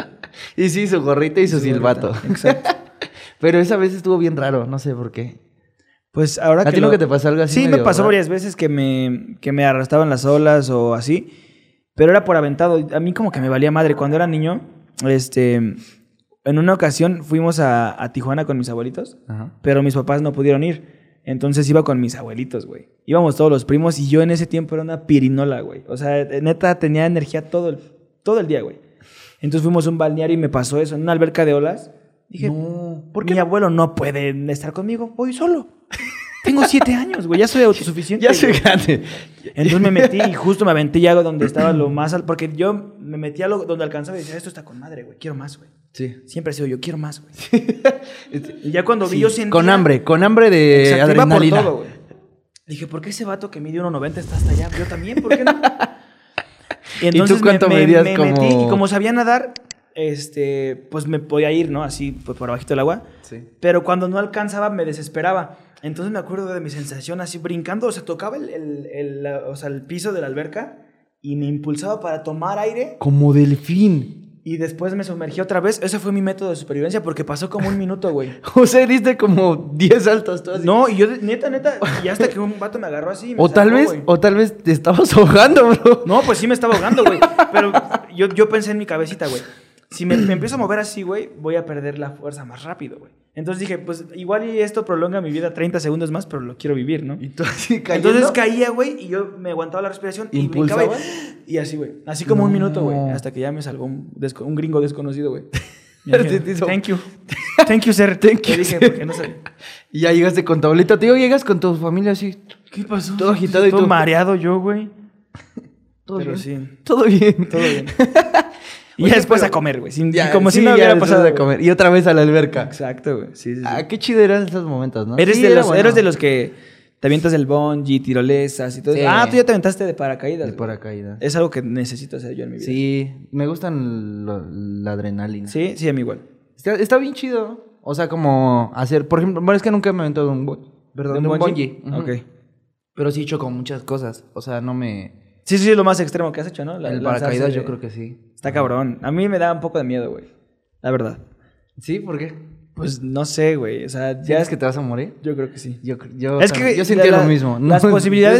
S1: Y sí, su gorrita y su silbato.
S2: Exacto.
S1: *laughs* Pero esa vez estuvo bien raro, no sé por qué.
S2: Pues
S1: *laughs*
S2: ahora
S1: ¿A
S2: que.
S1: ti nunca te pasó algo así
S2: Sí, me
S1: medio
S2: pasó
S1: raro?
S2: varias veces que me, que me arrastraban las olas o así. Pero era por aventado. A mí como que me valía madre. Cuando era niño, este. En una ocasión fuimos a, a Tijuana con mis abuelitos,
S1: Ajá.
S2: pero mis papás no pudieron ir. Entonces iba con mis abuelitos, güey. Íbamos todos los primos y yo en ese tiempo era una pirinola, güey. O sea, eh, neta tenía energía todo el, todo el día, güey. Entonces fuimos a un balneario y me pasó eso, en una alberca de olas. Dije,
S1: no.
S2: ¿Por qué mi abuelo no puede estar conmigo? Voy solo. *laughs* Tengo siete años, güey. Ya soy autosuficiente.
S1: Ya soy
S2: güey.
S1: grande.
S2: Entonces me metí *laughs* y justo me aventé ya donde estaba lo más alto. Porque yo me metí a lo donde alcanzaba y decía, esto está con madre, güey. Quiero más, güey.
S1: Sí.
S2: Siempre he sido yo, quiero más, güey. Y ya cuando vi, yo sentía...
S1: Con hambre, con hambre de
S2: Exacto, iba por
S1: Eh, adrenalina.
S2: todo, güey. Dije, ¿por qué ese vato que mide 1.90 está hasta allá? Yo también, ¿por qué
S1: *laughs*
S2: no?
S1: ¿Y tú cuánto
S2: me,
S1: medías
S2: me
S1: como-
S2: metí y como sabía nadar, este, pues me podía ir, ¿no? Así, pues, por abajito del agua.
S1: Sí.
S2: Pero cuando no alcanzaba, me desesperaba. Entonces me acuerdo de mi sensación así brincando. O sea, tocaba el, el- el- la- o sea, el piso de la alberca y me impulsaba para tomar aire.
S1: Como delfín.
S2: Y después me sumergí otra vez. Ese fue mi método de supervivencia porque pasó como un
S1: *laughs*
S2: minuto, güey. *laughs*
S1: O sea, diste como 10 saltos tú así.
S2: No, y yo, de- neta, neta, y hasta que un vato me agarró así. y me
S1: O tal
S2: sacó,
S1: vez,
S2: güey.
S1: o tal vez te estabas *laughs* ahogando, bro.
S2: No, pues sí me estaba ahogando, güey. Pero yo, yo pensé en mi cabecita, güey. Si me, me empiezo a mover así, güey, voy a perder la fuerza más rápido, güey. Entonces dije, pues igual y esto prolonga mi vida 30 segundos más, pero lo quiero vivir, ¿no?
S1: tú así
S2: Entonces caía, güey, y yo me aguantaba la respiración y brincaba y,
S1: ¿Impulsabas?
S2: y así, güey. Así como un
S1: No.
S2: minuto, güey. Hasta que ya me salvó un, desco- un gringo
S1: *laughs*
S2: desconocido, güey. Me
S1: Te
S2: dije,
S1: hizo-
S2: Thank you. Thank you, sir.
S1: *laughs*
S2: Thank
S1: you,
S2: Le dije,
S1: sir.
S2: porque no sabía.
S1: Y ya llegaste con tu abuelita. Te digo, llegas con tu familia así.
S2: ¿Qué pasó?
S1: Todo agitado y
S2: todo
S1: tú-
S2: mareado yo, güey.
S1: Todo
S2: Pero
S1: bien.
S2: sí.
S1: Todo bien.
S2: *laughs* Todo bien. y
S1: Oye,
S2: ya después
S1: pero-
S2: a comer, güey. sin-
S1: Ya,
S2: como
S1: sí,
S2: si no
S1: ya
S2: hubiera
S1: después
S2: pasado
S1: de comer. Y otra vez a la alberca.
S2: Exacto, güey. Sí, sí, sí.
S1: Ah, qué chido eran esos momentos, ¿no?
S2: eres,
S1: Sí,
S2: de
S1: era
S2: los,
S1: bueno.
S2: eres de los que te avientas del bungee, tirolesas y todo
S1: Sí.
S2: eso. Ah, tú ya te aventaste de paracaídas.
S1: De
S2: güey.
S1: paracaídas.
S2: Es algo que necesito hacer yo en mi vida.
S1: Sí, me gustan lo- la adrenalina.
S2: Sí, sí, a mí igual.
S1: Está, está bien chido. O sea, como hacer, por ejemplo, bueno, es que nunca me he aventado de un, bu-
S2: ¿De
S1: perdón,
S2: un
S1: de un
S2: bungee?
S1: bungee. Ujú.
S2: Ok.
S1: Pero sí he hecho con muchas cosas. O sea, no me...
S2: Sí, sí, es lo más extremo que has hecho, ¿no? La-
S1: el
S2: lanzarse
S1: paracaídas
S2: de-
S1: yo creo que sí.
S2: Está cabrón. A mí me da un poco de miedo, güey. La verdad.
S1: ¿Sí? ¿Por qué?
S2: Pues no sé, güey. O sea, ya
S1: ¿Sientes que te vas a morir?
S2: Yo creo que sí.
S1: Yo, cre- yo,
S2: es
S1: también-
S2: que
S1: yo sentía
S2: la-
S1: lo mismo.
S2: Las
S1: No,
S2: posibilidades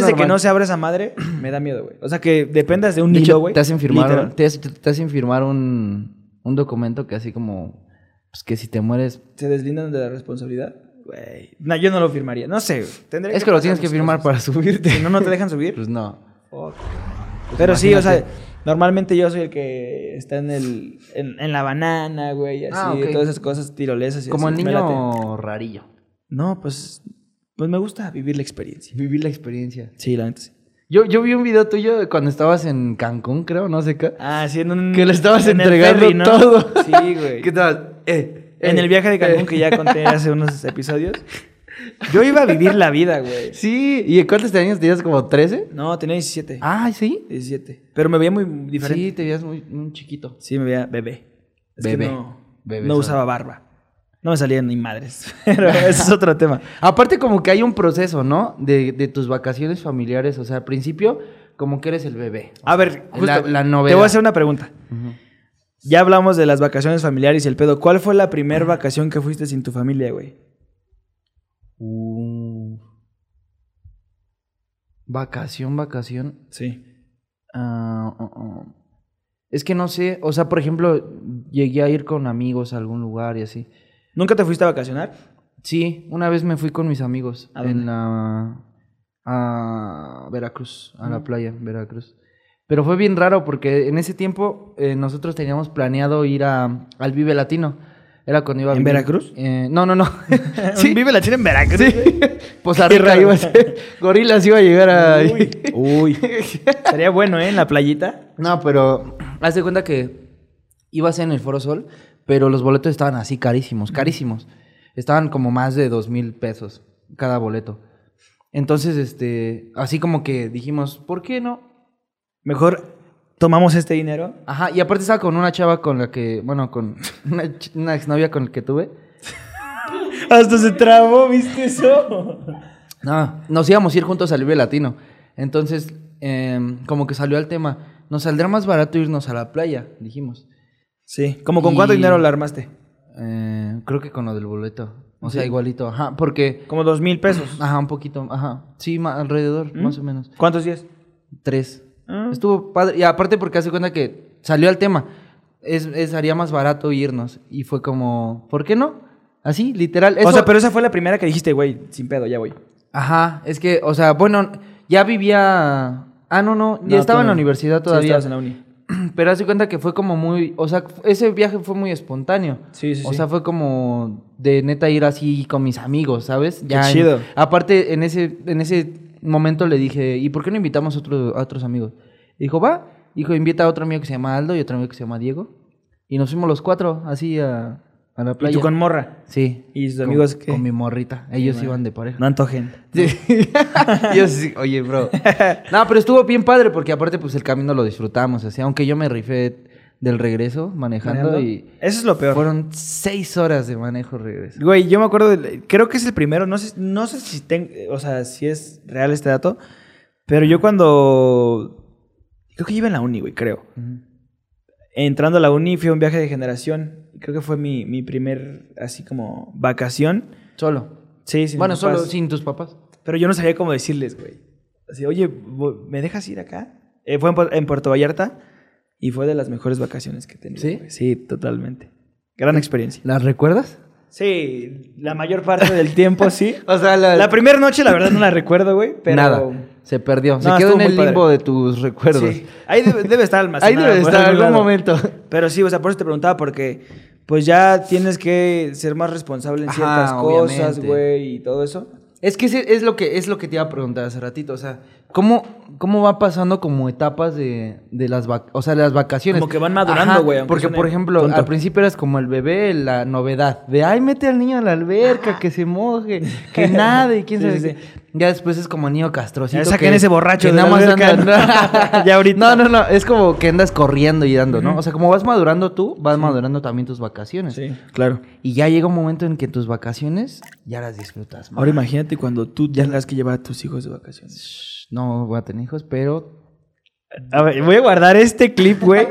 S1: *laughs* es
S2: de que no
S1: normal.
S2: se abra esa madre *clears throat* me da miedo, güey. O sea, que dependas de un
S1: De
S2: hilo,
S1: hecho,
S2: güey.
S1: te hacen firmar,
S2: literal.
S1: te, hace- te hacen firmar un, un documento que así como pues que si te mueres
S2: se deslindan de la responsabilidad. Güey. No, yo no lo firmaría. No sé. güey. Tendría
S1: es que lo
S2: pasar
S1: tienes que
S2: muchas
S1: firmar
S2: cosas.
S1: para *laughs* subirte.
S2: *laughs* Si no, no te dejan
S1: *laughs*
S2: subir.
S1: Pues no.
S2: Fuck. Pero sí, o
S1: imagínate.
S2: sea, normalmente yo soy el que está en el en, en la banana, güey, así,
S1: Ah, ok.
S2: todas esas cosas tirolesas y
S1: Como el
S2: así, me late.
S1: niño rarillo.
S2: No, pues Pues me gusta vivir la experiencia.
S1: Vivir la experiencia.
S2: Sí, la neta sí.
S1: Yo, yo vi un video tuyo de cuando estabas en Cancún, creo, no sé qué.
S2: Ah, sí, en un.
S1: Que le estabas
S2: en el
S1: entregando
S2: ferry, ¿no?
S1: todo. *laughs*
S2: Sí, güey.
S1: ¿Qué tal? Eh, eh,
S2: En el viaje de Cancún
S1: eh.
S2: que ya conté hace unos episodios. Yo iba a vivir la vida, güey.
S1: Sí, ¿y cuántos años tenías? ¿Como 13?
S2: No, tenía 17.
S1: Ah, sí.
S2: 17. Pero me veía muy diferente.
S1: Sí, te veías muy, muy chiquito.
S2: Sí, me veía bebé. Es que
S1: Bebé.
S2: no,
S1: Bebé
S2: no
S1: solo.
S2: usaba barba. No me salían ni madres. *laughs* Pero ese es otro tema.
S1: Aparte, como que hay un proceso, ¿no? De, de tus vacaciones familiares. O sea, al principio, como que eres el bebé.
S2: A ver, justo,
S1: La- la
S2: Te
S1: novedad.
S2: voy a hacer una pregunta.
S1: Ujú.
S2: Ya hablamos de las vacaciones familiares y el pedo. ¿Cuál fue la primera vacación que fuiste sin tu familia, güey?
S1: Uh. Vacación, vacación.
S2: Sí.
S1: Ah, oh, oh. Es que no sé, o sea, por ejemplo, llegué a ir con amigos a algún lugar y así.
S2: ¿Nunca te fuiste a vacacionar?
S1: Sí, una vez me fui con mis amigos
S2: ¿A dónde?
S1: en la a Veracruz, a
S2: Mm.
S1: la playa, Veracruz. Pero fue bien raro porque en ese tiempo eh, nosotros teníamos planeado ir a, al Vive Latino. Era cuando iba a
S2: ¿En
S1: vivir-
S2: Veracruz?
S1: Eh, no, no,
S2: *laughs*
S1: no. sí,
S2: Vive la China en Veracruz.
S1: sí. *laughs* Poza
S2: Qué
S1: Rica
S2: raro.
S1: iba a ser. Gorilas iba a llegar a.
S2: Uy.
S1: *laughs*
S2: Uy. Sería bueno, ¿eh? En la playita.
S1: No, pero haz de cuenta que ibas en el Foro Sol, pero los boletos estaban así carísimos, carísimos. Estaban como más de dos mil pesos cada boleto. Entonces, este, así como que dijimos, ¿por qué no?
S2: Mejor tomamos este dinero.
S1: Ajá, y aparte estaba con una chava con la que, bueno, con *laughs* una, ch- una exnovia con la que tuve.
S2: Hasta se trabó, ¿viste eso?
S1: No, nos íbamos a ir juntos al Vive Latino. Entonces, em, como que salió el tema, nos saldrá más barato irnos a la playa, dijimos.
S2: Sí. ¿Cómo con cuánto
S1: Y-
S2: dinero la armaste?
S1: Eh, creo que con lo del boleto. O sea,
S2: Sí.
S1: igualito, ajá. Porque,
S2: Como dos mil pesos.
S1: ajá, un poquito, ajá. Sí, ma- alrededor,
S2: ¿Mm?
S1: más o menos.
S2: ¿Cuántos días?
S1: Tres.
S2: Ah.
S1: Estuvo padre. Y aparte porque hace cuenta que salió al tema. Es, es- haría más barato irnos. Y fue como, ¿por qué no? Así, literal. Eso-
S2: O sea, pero esa fue la primera que dijiste, güey, sin pedo, ya voy.
S1: Ajá, es que, o sea, bueno, ya vivía... Ah, no, no, ya
S2: No,
S1: estaba
S2: tú
S1: en
S2: no.
S1: la universidad
S2: Sí,
S1: todavía.
S2: estabas en la uni.
S1: *clears throat* Pero hace cuenta que fue como muy, o sea, ese viaje fue muy espontáneo.
S2: Sí, sí,
S1: O
S2: sí.
S1: sea, fue como de neta ir así con mis amigos, ¿sabes? en-
S2: chido.
S1: aparte, en ese, en ese momento le dije, ¿y por qué no invitamos a, otro- a otros amigos? Dijo, va. Dijo, invita a otro amigo que se llama Aldo y otro amigo que se llama Diego. Y nos fuimos los cuatro así a, a la
S2: Y
S1: playa.
S2: tú con morra.
S1: Sí.
S2: ¿Y sus
S1: Con-
S2: amigos qué?
S1: Con mi morrita. Ellos
S2: bueno.
S1: iban de pareja.
S2: No antojen.
S1: *laughs* Sí. Yo sí, oye,
S2: *laughs*
S1: bro. No, pero estuvo bien padre porque aparte pues el camino lo disfrutamos, así, aunque yo me rifé del regreso manejando y
S2: Eso es lo peor.
S1: fueron seis horas de manejo regreso.
S2: Güey, yo me acuerdo, del- creo que es el primero, no sé, no sé si ten- o sea, si es real este dato, pero yo cuando creo que iba en la uni, güey, creo. Entrando a la uni fui a un viaje de generación, creo que fue mi, mi primer así como vacación.
S1: Solo.
S2: Sí, sin
S1: bueno,
S2: mis
S1: solo
S2: papás.
S1: sin tus papás.
S2: Pero yo no sabía cómo decirles, güey. Así, oye, vo- ¿me dejas ir acá? Eh, fue en, Pu- en Puerto Vallarta y fue de las mejores vacaciones que tenía.
S1: ¿Sí?
S2: Sí, totalmente. Gran experiencia.
S1: ¿Las recuerdas?
S2: Sí, la mayor parte del tiempo sí.
S1: O sea,
S2: *laughs* La primera noche, la verdad, no la recuerdo, güey, pero...
S1: nada. Se perdió. Se
S2: No,
S1: quedó
S2: estuvo
S1: en el
S2: muy
S1: limbo de tus recuerdos.
S2: Sí. Ahí debe, debe estar
S1: Ahí
S2: almacenada.
S1: debe
S2: por
S1: estar algún
S2: lado.
S1: momento.
S2: Pero sí, o sea, por eso te preguntaba, porque pues ya tienes que ser más responsable en
S1: Ajá,
S2: ciertas cosas,
S1: obviamente.
S2: güey, y todo eso.
S1: Es que ese es lo que es lo que te iba a preguntar hace ratito, o sea, ¿cómo, cómo va pasando como etapas de, de las vac- o sea, de las vacaciones?
S2: Como que van madurando,
S1: Ajá,
S2: güey, aunque
S1: Porque
S2: suene
S1: por ejemplo,
S2: tonto.
S1: al principio eras como el bebé, la novedad, de ay, mete al niño a la alberca, que se
S2: *laughs*
S1: moje, que nade, y quién
S2: Sí,
S1: sabe.
S2: sí,
S1: qué. Ya después es como el niño castrocito.
S2: Ya saquen ese borracho
S1: que
S2: de la alberca,
S1: anda-
S2: ¿no? *laughs* Ya ahorita.
S1: No, no, no, es como que andas corriendo y dando, ¿no?
S2: Ujú.
S1: O sea, como vas madurando tú, vas madurando también tus vacaciones.
S2: claro.
S1: Y ya llega un momento en que tus vacaciones ya las disfrutas más.
S2: Ahora imagínate cuando tú ya las que llevar a tus hijos de vacaciones.
S1: No voy a tener hijos, pero.
S2: A ver, voy a guardar este clip, güey,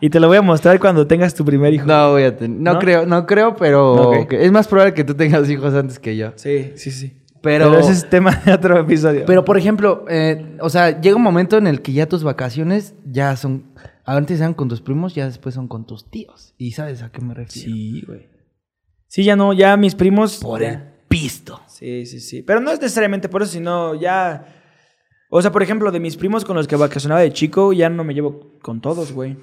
S2: y te lo voy a mostrar cuando tengas tu primer hijo.
S1: No voy a tener. No,
S2: ¿No?
S1: creo, no creo, pero.
S2: No, ok.
S1: que- Es más probable que tú tengas hijos antes que yo.
S2: Sí, sí, sí.
S1: Pero-
S2: ese es tema de otro episodio.
S1: Pero, por ejemplo, eh, o sea, llega un momento en el que ya tus vacaciones ya son. Antes eran con tus primos, ya después son con tus tíos. ¿Y sabes a qué me refiero?
S2: Sí, güey. Sí, ya no, ya mis primos.
S1: Por
S2: ya.
S1: el pisto.
S2: Sí, sí, sí. Pero no es necesariamente por eso, sino ya. O sea, por ejemplo, de mis primos con los que vacacionaba de chico, ya no me llevo con todos, güey.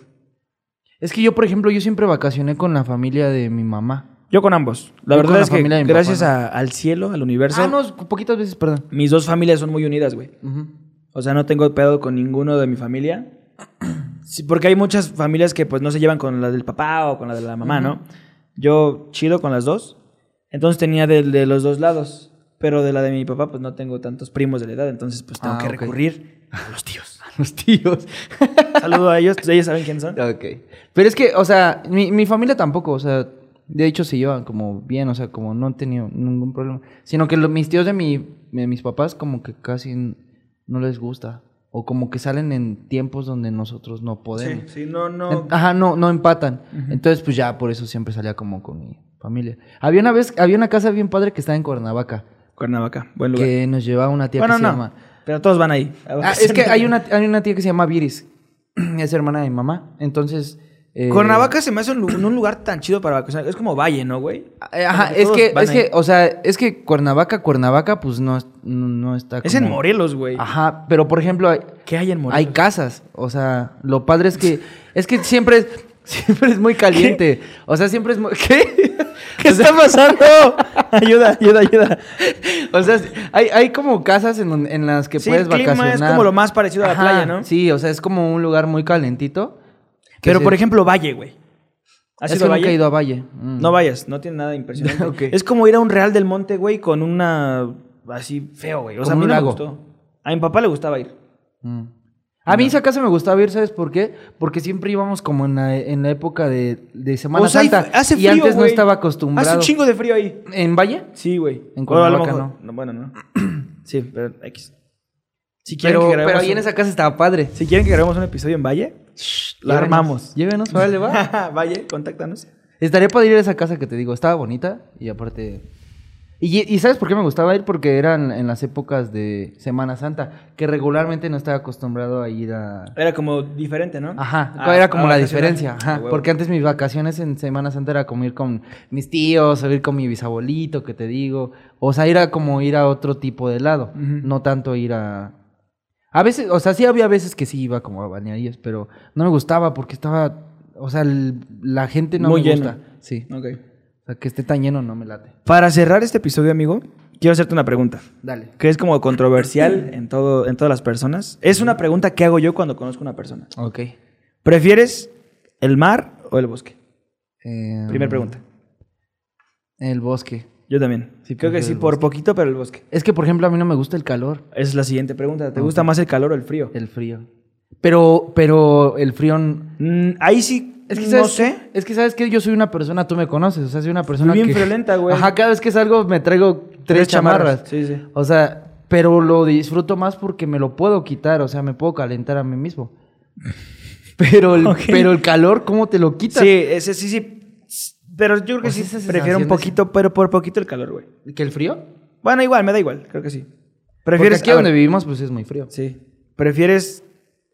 S1: Es que yo, por ejemplo, yo siempre vacacioné con la familia de mi mamá.
S2: Yo con ambos. La
S1: Yo con
S2: verdad
S1: la
S2: es que
S1: familia de mi
S2: gracias
S1: papá,
S2: a- al cielo, al universo,
S1: Ah, no, es- poquitas veces, perdón.
S2: mis dos familias son muy unidas, güey.
S1: Ujú.
S2: O sea, no tengo pedo con ninguno de mi familia. *clears throat* Sí, porque hay muchas familias que pues no se llevan con la del papá o con la de la mamá, ¿no? Yo chido con las dos. Entonces tenía de, de los dos lados. Pero de la de mi papá pues no tengo tantos primos de la edad. Entonces pues tengo
S1: Ah,
S2: que
S1: ok.
S2: recurrir a los tíos.
S1: Los tíos. *laughs*
S2: Saludo a ellos. pues, ellos saben quién son.
S1: ok. Pero es que, o sea, mi, mi familia tampoco, o sea, de hecho se llevan como bien, o sea, como no han tenido ningún problema. Sino que lo- mis tíos de, mi, de mis papás como que casi n- no les gusta. O como que salen en tiempos donde nosotros no podemos.
S2: sí, no,
S1: En- Ajá, no, no empatan. Entonces, pues ya por eso siempre salía como con mi familia. Había una vez, había una casa bien padre que estaba en Cuernavaca,
S2: Cuernavaca, buen lugar.
S1: que nos llevaba una tía
S2: Bueno,
S1: que
S2: no.
S1: se llama.
S2: Pero todos van ahí. a
S1: Ah, es que
S2: vacacionar.
S1: hay una, hay una tía que se llama Viris. *clears throat* es hermana de mi mamá. Entonces. eh,
S2: Cuernavaca se me hace un, lu- un lugar tan chido para vacacionar. Es como valle, ¿no, güey?
S1: eh, Ajá,
S2: Como que
S1: es
S2: todos
S1: que,
S2: van
S1: es que,
S2: ahí.
S1: o sea, es que Cuernavaca, Cuernavaca, pues no, es- no, no está.
S2: Es en
S1: como-
S2: Morelos, güey.
S1: Ajá, pero por ejemplo, hay,
S2: ¿Qué hay en Morelos?
S1: hay casas. O sea, lo padre es que. Es que siempre es, *laughs* siempre es muy caliente. O sea, siempre es muy. *laughs* ¿Qué?
S2: ¿Qué
S1: O sea, *laughs*
S2: está pasando? ayuda, ayuda, ayuda.
S1: O sea, hay, hay como casas en, donde- en las que
S2: Sí,
S1: puedes
S2: el clima es
S1: vacacionar.
S2: como lo más parecido a la playa, ¿no?
S1: Sí, o sea, es como un lugar muy calentito. que
S2: Pero,
S1: se-
S2: por ejemplo, Valle, güey. ¿Has
S1: es
S2: ido
S1: que
S2: a
S1: nunca
S2: Valle?
S1: he ido a Valle. Mm.
S2: No vayas, no tiene nada impresionante.
S1: *laughs* Ok.
S2: Es como ir a un Real del Monte, güey, con una... Así feo, güey. O sea, a
S1: Como
S2: mí
S1: un
S2: no me
S1: lago.
S2: gustó. A mi papá le gustaba ir.
S1: Mm. A mí esa casa me gustaba ir, ¿sabes por qué? Porque siempre íbamos como en la, en la época de, de Semana
S2: o sea, hay-
S1: Santa.
S2: hace
S1: y
S2: frío,
S1: antes no
S2: güey.
S1: estaba
S2: Hace
S1: acostumbrado.
S2: un chingo de frío ahí.
S1: ¿En Valle?
S2: Sí, güey.
S1: En
S2: Bueno, a lo
S1: Cuernavaca
S2: mejor- no, Bueno, no. *clears throat* sí, pero X. Si quieren,
S1: Pero,
S2: que
S1: pero
S2: grabemos
S1: ahí en
S2: un-
S1: esa casa estaba padre.
S2: si quieren que grabemos un episodio en Valle, lo
S1: Llévenos,
S2: armamos. *laughs*
S1: Llévenos, vale, va.
S2: Valle, contáctanos.
S1: Estaría padre ir a esa casa que te digo, estaba bonita y aparte... Y, y ¿sabes por qué me gustaba ir? Porque eran en las épocas de Semana Santa, que regularmente no estaba acostumbrado a ir a...
S2: Era como diferente, ¿no?
S1: Ajá,
S2: A-
S1: era como
S2: a
S1: la
S2: vacacionar.
S1: diferencia. Ajá,
S2: ah, A huevo.
S1: porque antes mis vacaciones en Semana Santa era como ir con mis tíos, o ir con mi bisabuelito, que te digo. O sea, era como ir a otro tipo de lado,
S2: Ujú.
S1: no tanto ir a... A veces, o sea, sí había veces que sí iba como a bañarías, pero no me gustaba porque estaba... O sea, el- la gente no
S2: Muy
S1: me
S2: lleno.
S1: gusta. Sí.
S2: Ok.
S1: O sea, que esté tan lleno no me late.
S2: Para cerrar este episodio, amigo, quiero hacerte una pregunta.
S1: Dale.
S2: Que es
S1: *clears throat*
S2: como controversial en, todo, en todas las personas. Es una pregunta que hago yo cuando conozco a una persona.
S1: Ok.
S2: ¿Prefieres el mar o el bosque?
S1: Em,
S2: Primera pregunta.
S1: El bosque.
S2: Yo también.
S1: Sí,
S2: Creo que
S1: prefiero
S2: sí,
S1: el
S2: por poquito, pero el bosque.
S1: Es que, por ejemplo, a mí no me gusta el calor,
S2: Esa es la siguiente pregunta. ¿Te gusta más el calor o el frío?
S1: el frío. Pero, pero el frío... n-
S2: Mm, ahí sí,
S1: Es que,
S2: no
S1: ¿sabes?
S2: sé.
S1: Es que, ¿sabes que Yo soy una persona, tú me conoces, o sea, soy una persona
S2: Bien
S1: que...
S2: friolenta, güey.
S1: Ajá, cada vez que salgo me traigo tres, chamarras.
S2: Sí, sí.
S1: O sea, pero lo disfruto más porque me lo puedo quitar, o sea, me puedo calentar a mí
S2: *laughs*
S1: mismo. Pero el,
S2: Ok.
S1: pero el calor, ¿cómo te lo quitas?
S2: Sí, ese, sí, sí. Pero yo creo que
S1: Pues
S2: sí
S1: esa
S2: prefiero un
S1: sensación de-
S2: poquito, pero por poquito el calor, güey.
S1: ¿Que el frío?
S2: Bueno, igual, me da igual, creo que sí.
S1: Porque
S2: ¿Prefieres
S1: aquí
S2: a
S1: donde
S2: ver,
S1: vivimos, pues es muy frío.
S2: Sí. ¿Prefieres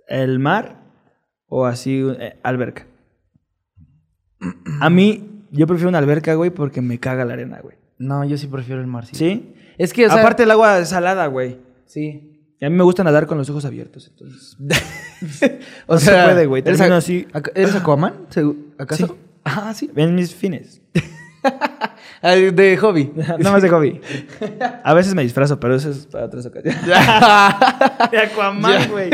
S2: el mar o así eh, alberca? A mí, yo prefiero una alberca, güey, porque me caga la arena, güey.
S1: No, yo sí prefiero el mar, sí.
S2: ¿Sí?
S1: Es que, o sea...
S2: Aparte el agua es salada, güey.
S1: Sí.
S2: Y a mí me gusta nadar con los ojos abiertos, entonces.
S1: O
S2: No se
S1: sea...
S2: puede, güey,
S1: ¿eres
S2: termino
S1: a-
S2: así.
S1: a- ¿Eres Aquaman? Segu- ¿Acaso? *laughs*
S2: Sí.
S1: Ah, sí.
S2: Ven mis fines.
S1: Ah, De hobby.
S2: *laughs* Nada
S1: *laughs*
S2: más de hobby. A veces me disfrazo, pero eso es para otras ocasiones.
S1: Ah.
S2: De Aquaman, *laughs* güey.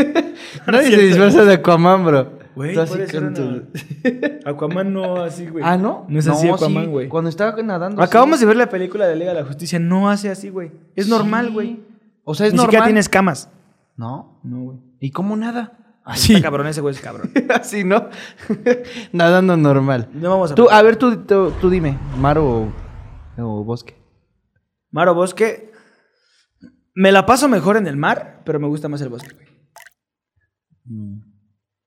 S1: Nadie se disfraza de Aquaman, bro. Tú así con tu-
S2: *laughs* Aquaman no así, güey.
S1: Ah, ¿no?
S2: No es así
S1: No,
S2: Aquaman,
S1: sí,
S2: güey.
S1: Cuando estaba nadando.
S2: Acabamos de ver la película de la Liga de la Justicia. No hace así, güey. Es
S1: Sí.
S2: normal, güey.
S1: O sea, es
S2: Ni siquiera
S1: normal.
S2: tiene escamas.
S1: No.
S2: No, güey.
S1: ¿Y cómo nada?
S2: Así.
S1: *laughs*
S2: Está cabrón ese güey, es cabrón.
S1: Así, ¿no? *laughs* Nadando normal.
S2: No vamos a...
S1: Tú, a ver, tú, tú, tú dime. ¿Mar o, o bosque?
S2: Mar o bosque. Me la paso mejor en el mar, pero me gusta más el bosque, güey. Mm.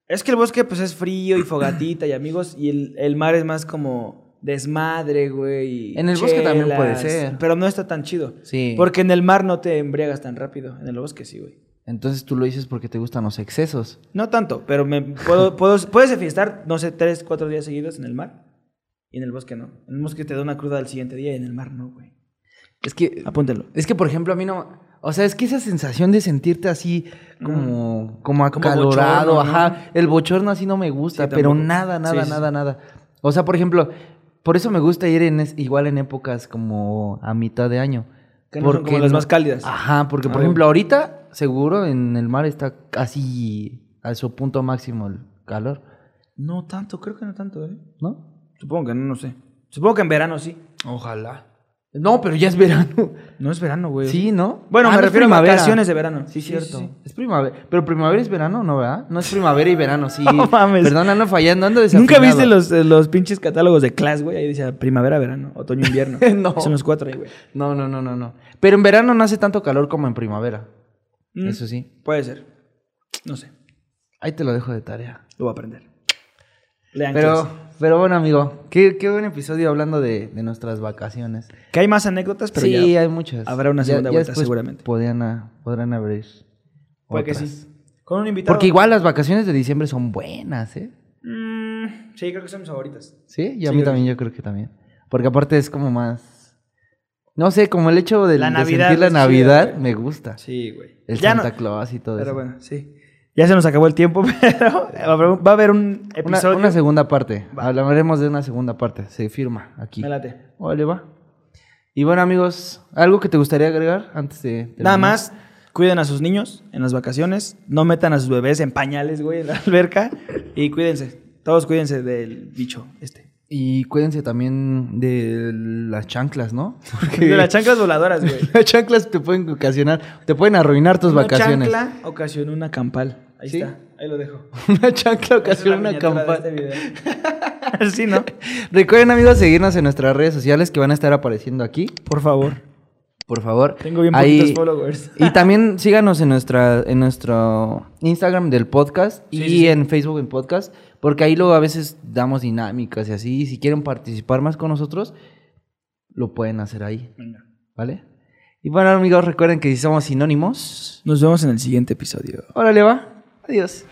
S2: Es que el bosque, pues, es frío y fogatita y amigos. Y el, el mar es más como desmadre, güey. y
S1: En el bosque también puede ser.
S2: Pero no está tan chido.
S1: Sí.
S2: Porque en el mar no te embriagas tan rápido. En el bosque sí, güey.
S1: Entonces tú lo dices porque te gustan los excesos.
S2: No tanto, pero me
S1: *laughs*
S2: puedo, puedo, puedes fiestar, no sé, tres, cuatro días seguidos en el mar y en el bosque no. En el bosque te da una cruda al siguiente día y en el mar no, güey.
S1: Es que
S2: Apúntenlo.
S1: Es que, por ejemplo, a mí no. O sea, es que esa sensación de sentirte así como, como
S2: Mm. Como
S1: acalorado,
S2: bochorno, ¿no?
S1: ajá. El bochorno así no me gusta,
S2: Sí,
S1: pero
S2: tampoco.
S1: nada, nada,
S2: Sí, sí,
S1: nada, nada. O sea, por ejemplo, Por eso me gusta ir en es- igual en épocas como a mitad de año.
S2: Que no son como las
S1: no-
S2: más cálidas.
S1: Ajá, porque por
S2: Ah,
S1: ejemplo ahorita seguro en el mar está casi a su punto máximo el calor,
S2: No tanto, creo que no tanto, ¿eh?
S1: ¿no?
S2: Supongo que no, no sé. Supongo que en verano sí.
S1: Ojalá. No, pero ya es verano.
S2: No es verano, güey.
S1: Sí, ¿no?
S2: Pues Bueno,
S1: Ah,
S2: me
S1: no es
S2: refiero a
S1: primavera.
S2: vacaciones de verano.
S1: Sí, cierto. Es primavera. Pero primavera es verano, ¿no, verdad? No es primavera y verano, sí.
S2: *laughs* No mames.
S1: Perdón, ando fallando, ando
S2: ¿Nunca
S1: desafinado.
S2: viste los, eh, los pinches catálogos de Class, güey? Ahí decía primavera, verano, otoño, invierno.
S1: *laughs* No.
S2: Son los cuatro ahí, güey.
S1: No, no, no, no, no. Pero en verano no hace tanto calor como en primavera.
S2: Mm,
S1: Eso sí.
S2: Puede ser. No sé.
S1: Ahí te lo dejo de tarea.
S2: Lo voy a aprender. Lean
S1: Pero,
S2: Class.
S1: pero bueno, amigo, qué, qué buen episodio hablando de, de nuestras vacaciones.
S2: Que hay más anécdotas, pero
S1: sí,
S2: ya.
S1: hay muchas.
S2: habrá una segunda vuelta,
S1: después
S2: seguramente.
S1: Podrían, a- podrán abrir.
S2: Puede que
S1: otras.
S2: sí. Con un invitado.
S1: Porque igual las vacaciones de diciembre son buenas, ¿eh?
S2: Mm, sí, creo que son mis favoritas.
S1: Sí, y a
S2: Sí,
S1: mí
S2: creo
S1: también, yo creo que también. Porque aparte es como más. No sé, como el hecho de,
S2: La
S1: de
S2: Navidad
S1: sentir la
S2: es chida,
S1: Navidad
S2: güey.
S1: me gusta.
S2: Sí, güey.
S1: El
S2: Ya no-
S1: Santa Claus y todo
S2: Pero
S1: eso.
S2: bueno, sí. Ya se nos acabó el tiempo, *laughs* pero va a haber un
S1: Una,
S2: episodio.
S1: una segunda parte. Hablaremos de una segunda parte. Se firma aquí.
S2: Me late.
S1: Órale, va. Y bueno, amigos, ¿algo que te gustaría agregar antes de.
S2: Nada
S1: terminar?
S2: más, cuiden a sus niños en las vacaciones. No metan a sus bebés en pañales, güey, en la alberca. Y cuídense. Todos cuídense del bicho este.
S1: Y cuídense también de las chanclas,
S2: *laughs*
S1: ¿no? Porque
S2: De
S1: *laughs*
S2: las chanclas voladoras, güey.
S1: las chanclas te pueden ocasionar, te pueden arruinar tus
S2: Una
S1: vacaciones.
S2: chancla ocasionó una campal. Ahí
S1: ¿Sí?
S2: está. Ahí lo dejo.
S1: *laughs* una chancla
S2: Esa es la
S1: ocasiona una
S2: miniatura de
S1: campana.
S2: este video. *laughs* sí, ¿no?
S1: Recuerden, amigos, seguirnos en nuestras redes sociales que van a estar apareciendo aquí,
S2: Por favor.
S1: por favor.
S2: Tengo bien
S1: Ahí-
S2: poquitos followers.
S1: *laughs* Y también síganos en nuestra en nuestro Instagram del podcast
S2: Sí,
S1: y
S2: sí, sí.
S1: en Facebook en podcast, porque ahí luego a veces damos dinámicas y así. y Si quieren participar más con nosotros, lo pueden hacer ahí,
S2: Venga.
S1: ¿vale? Y bueno, amigos, recuerden que si somos sinónimos,
S2: Nos vemos en el siguiente episodio.
S1: órale va. Adiós.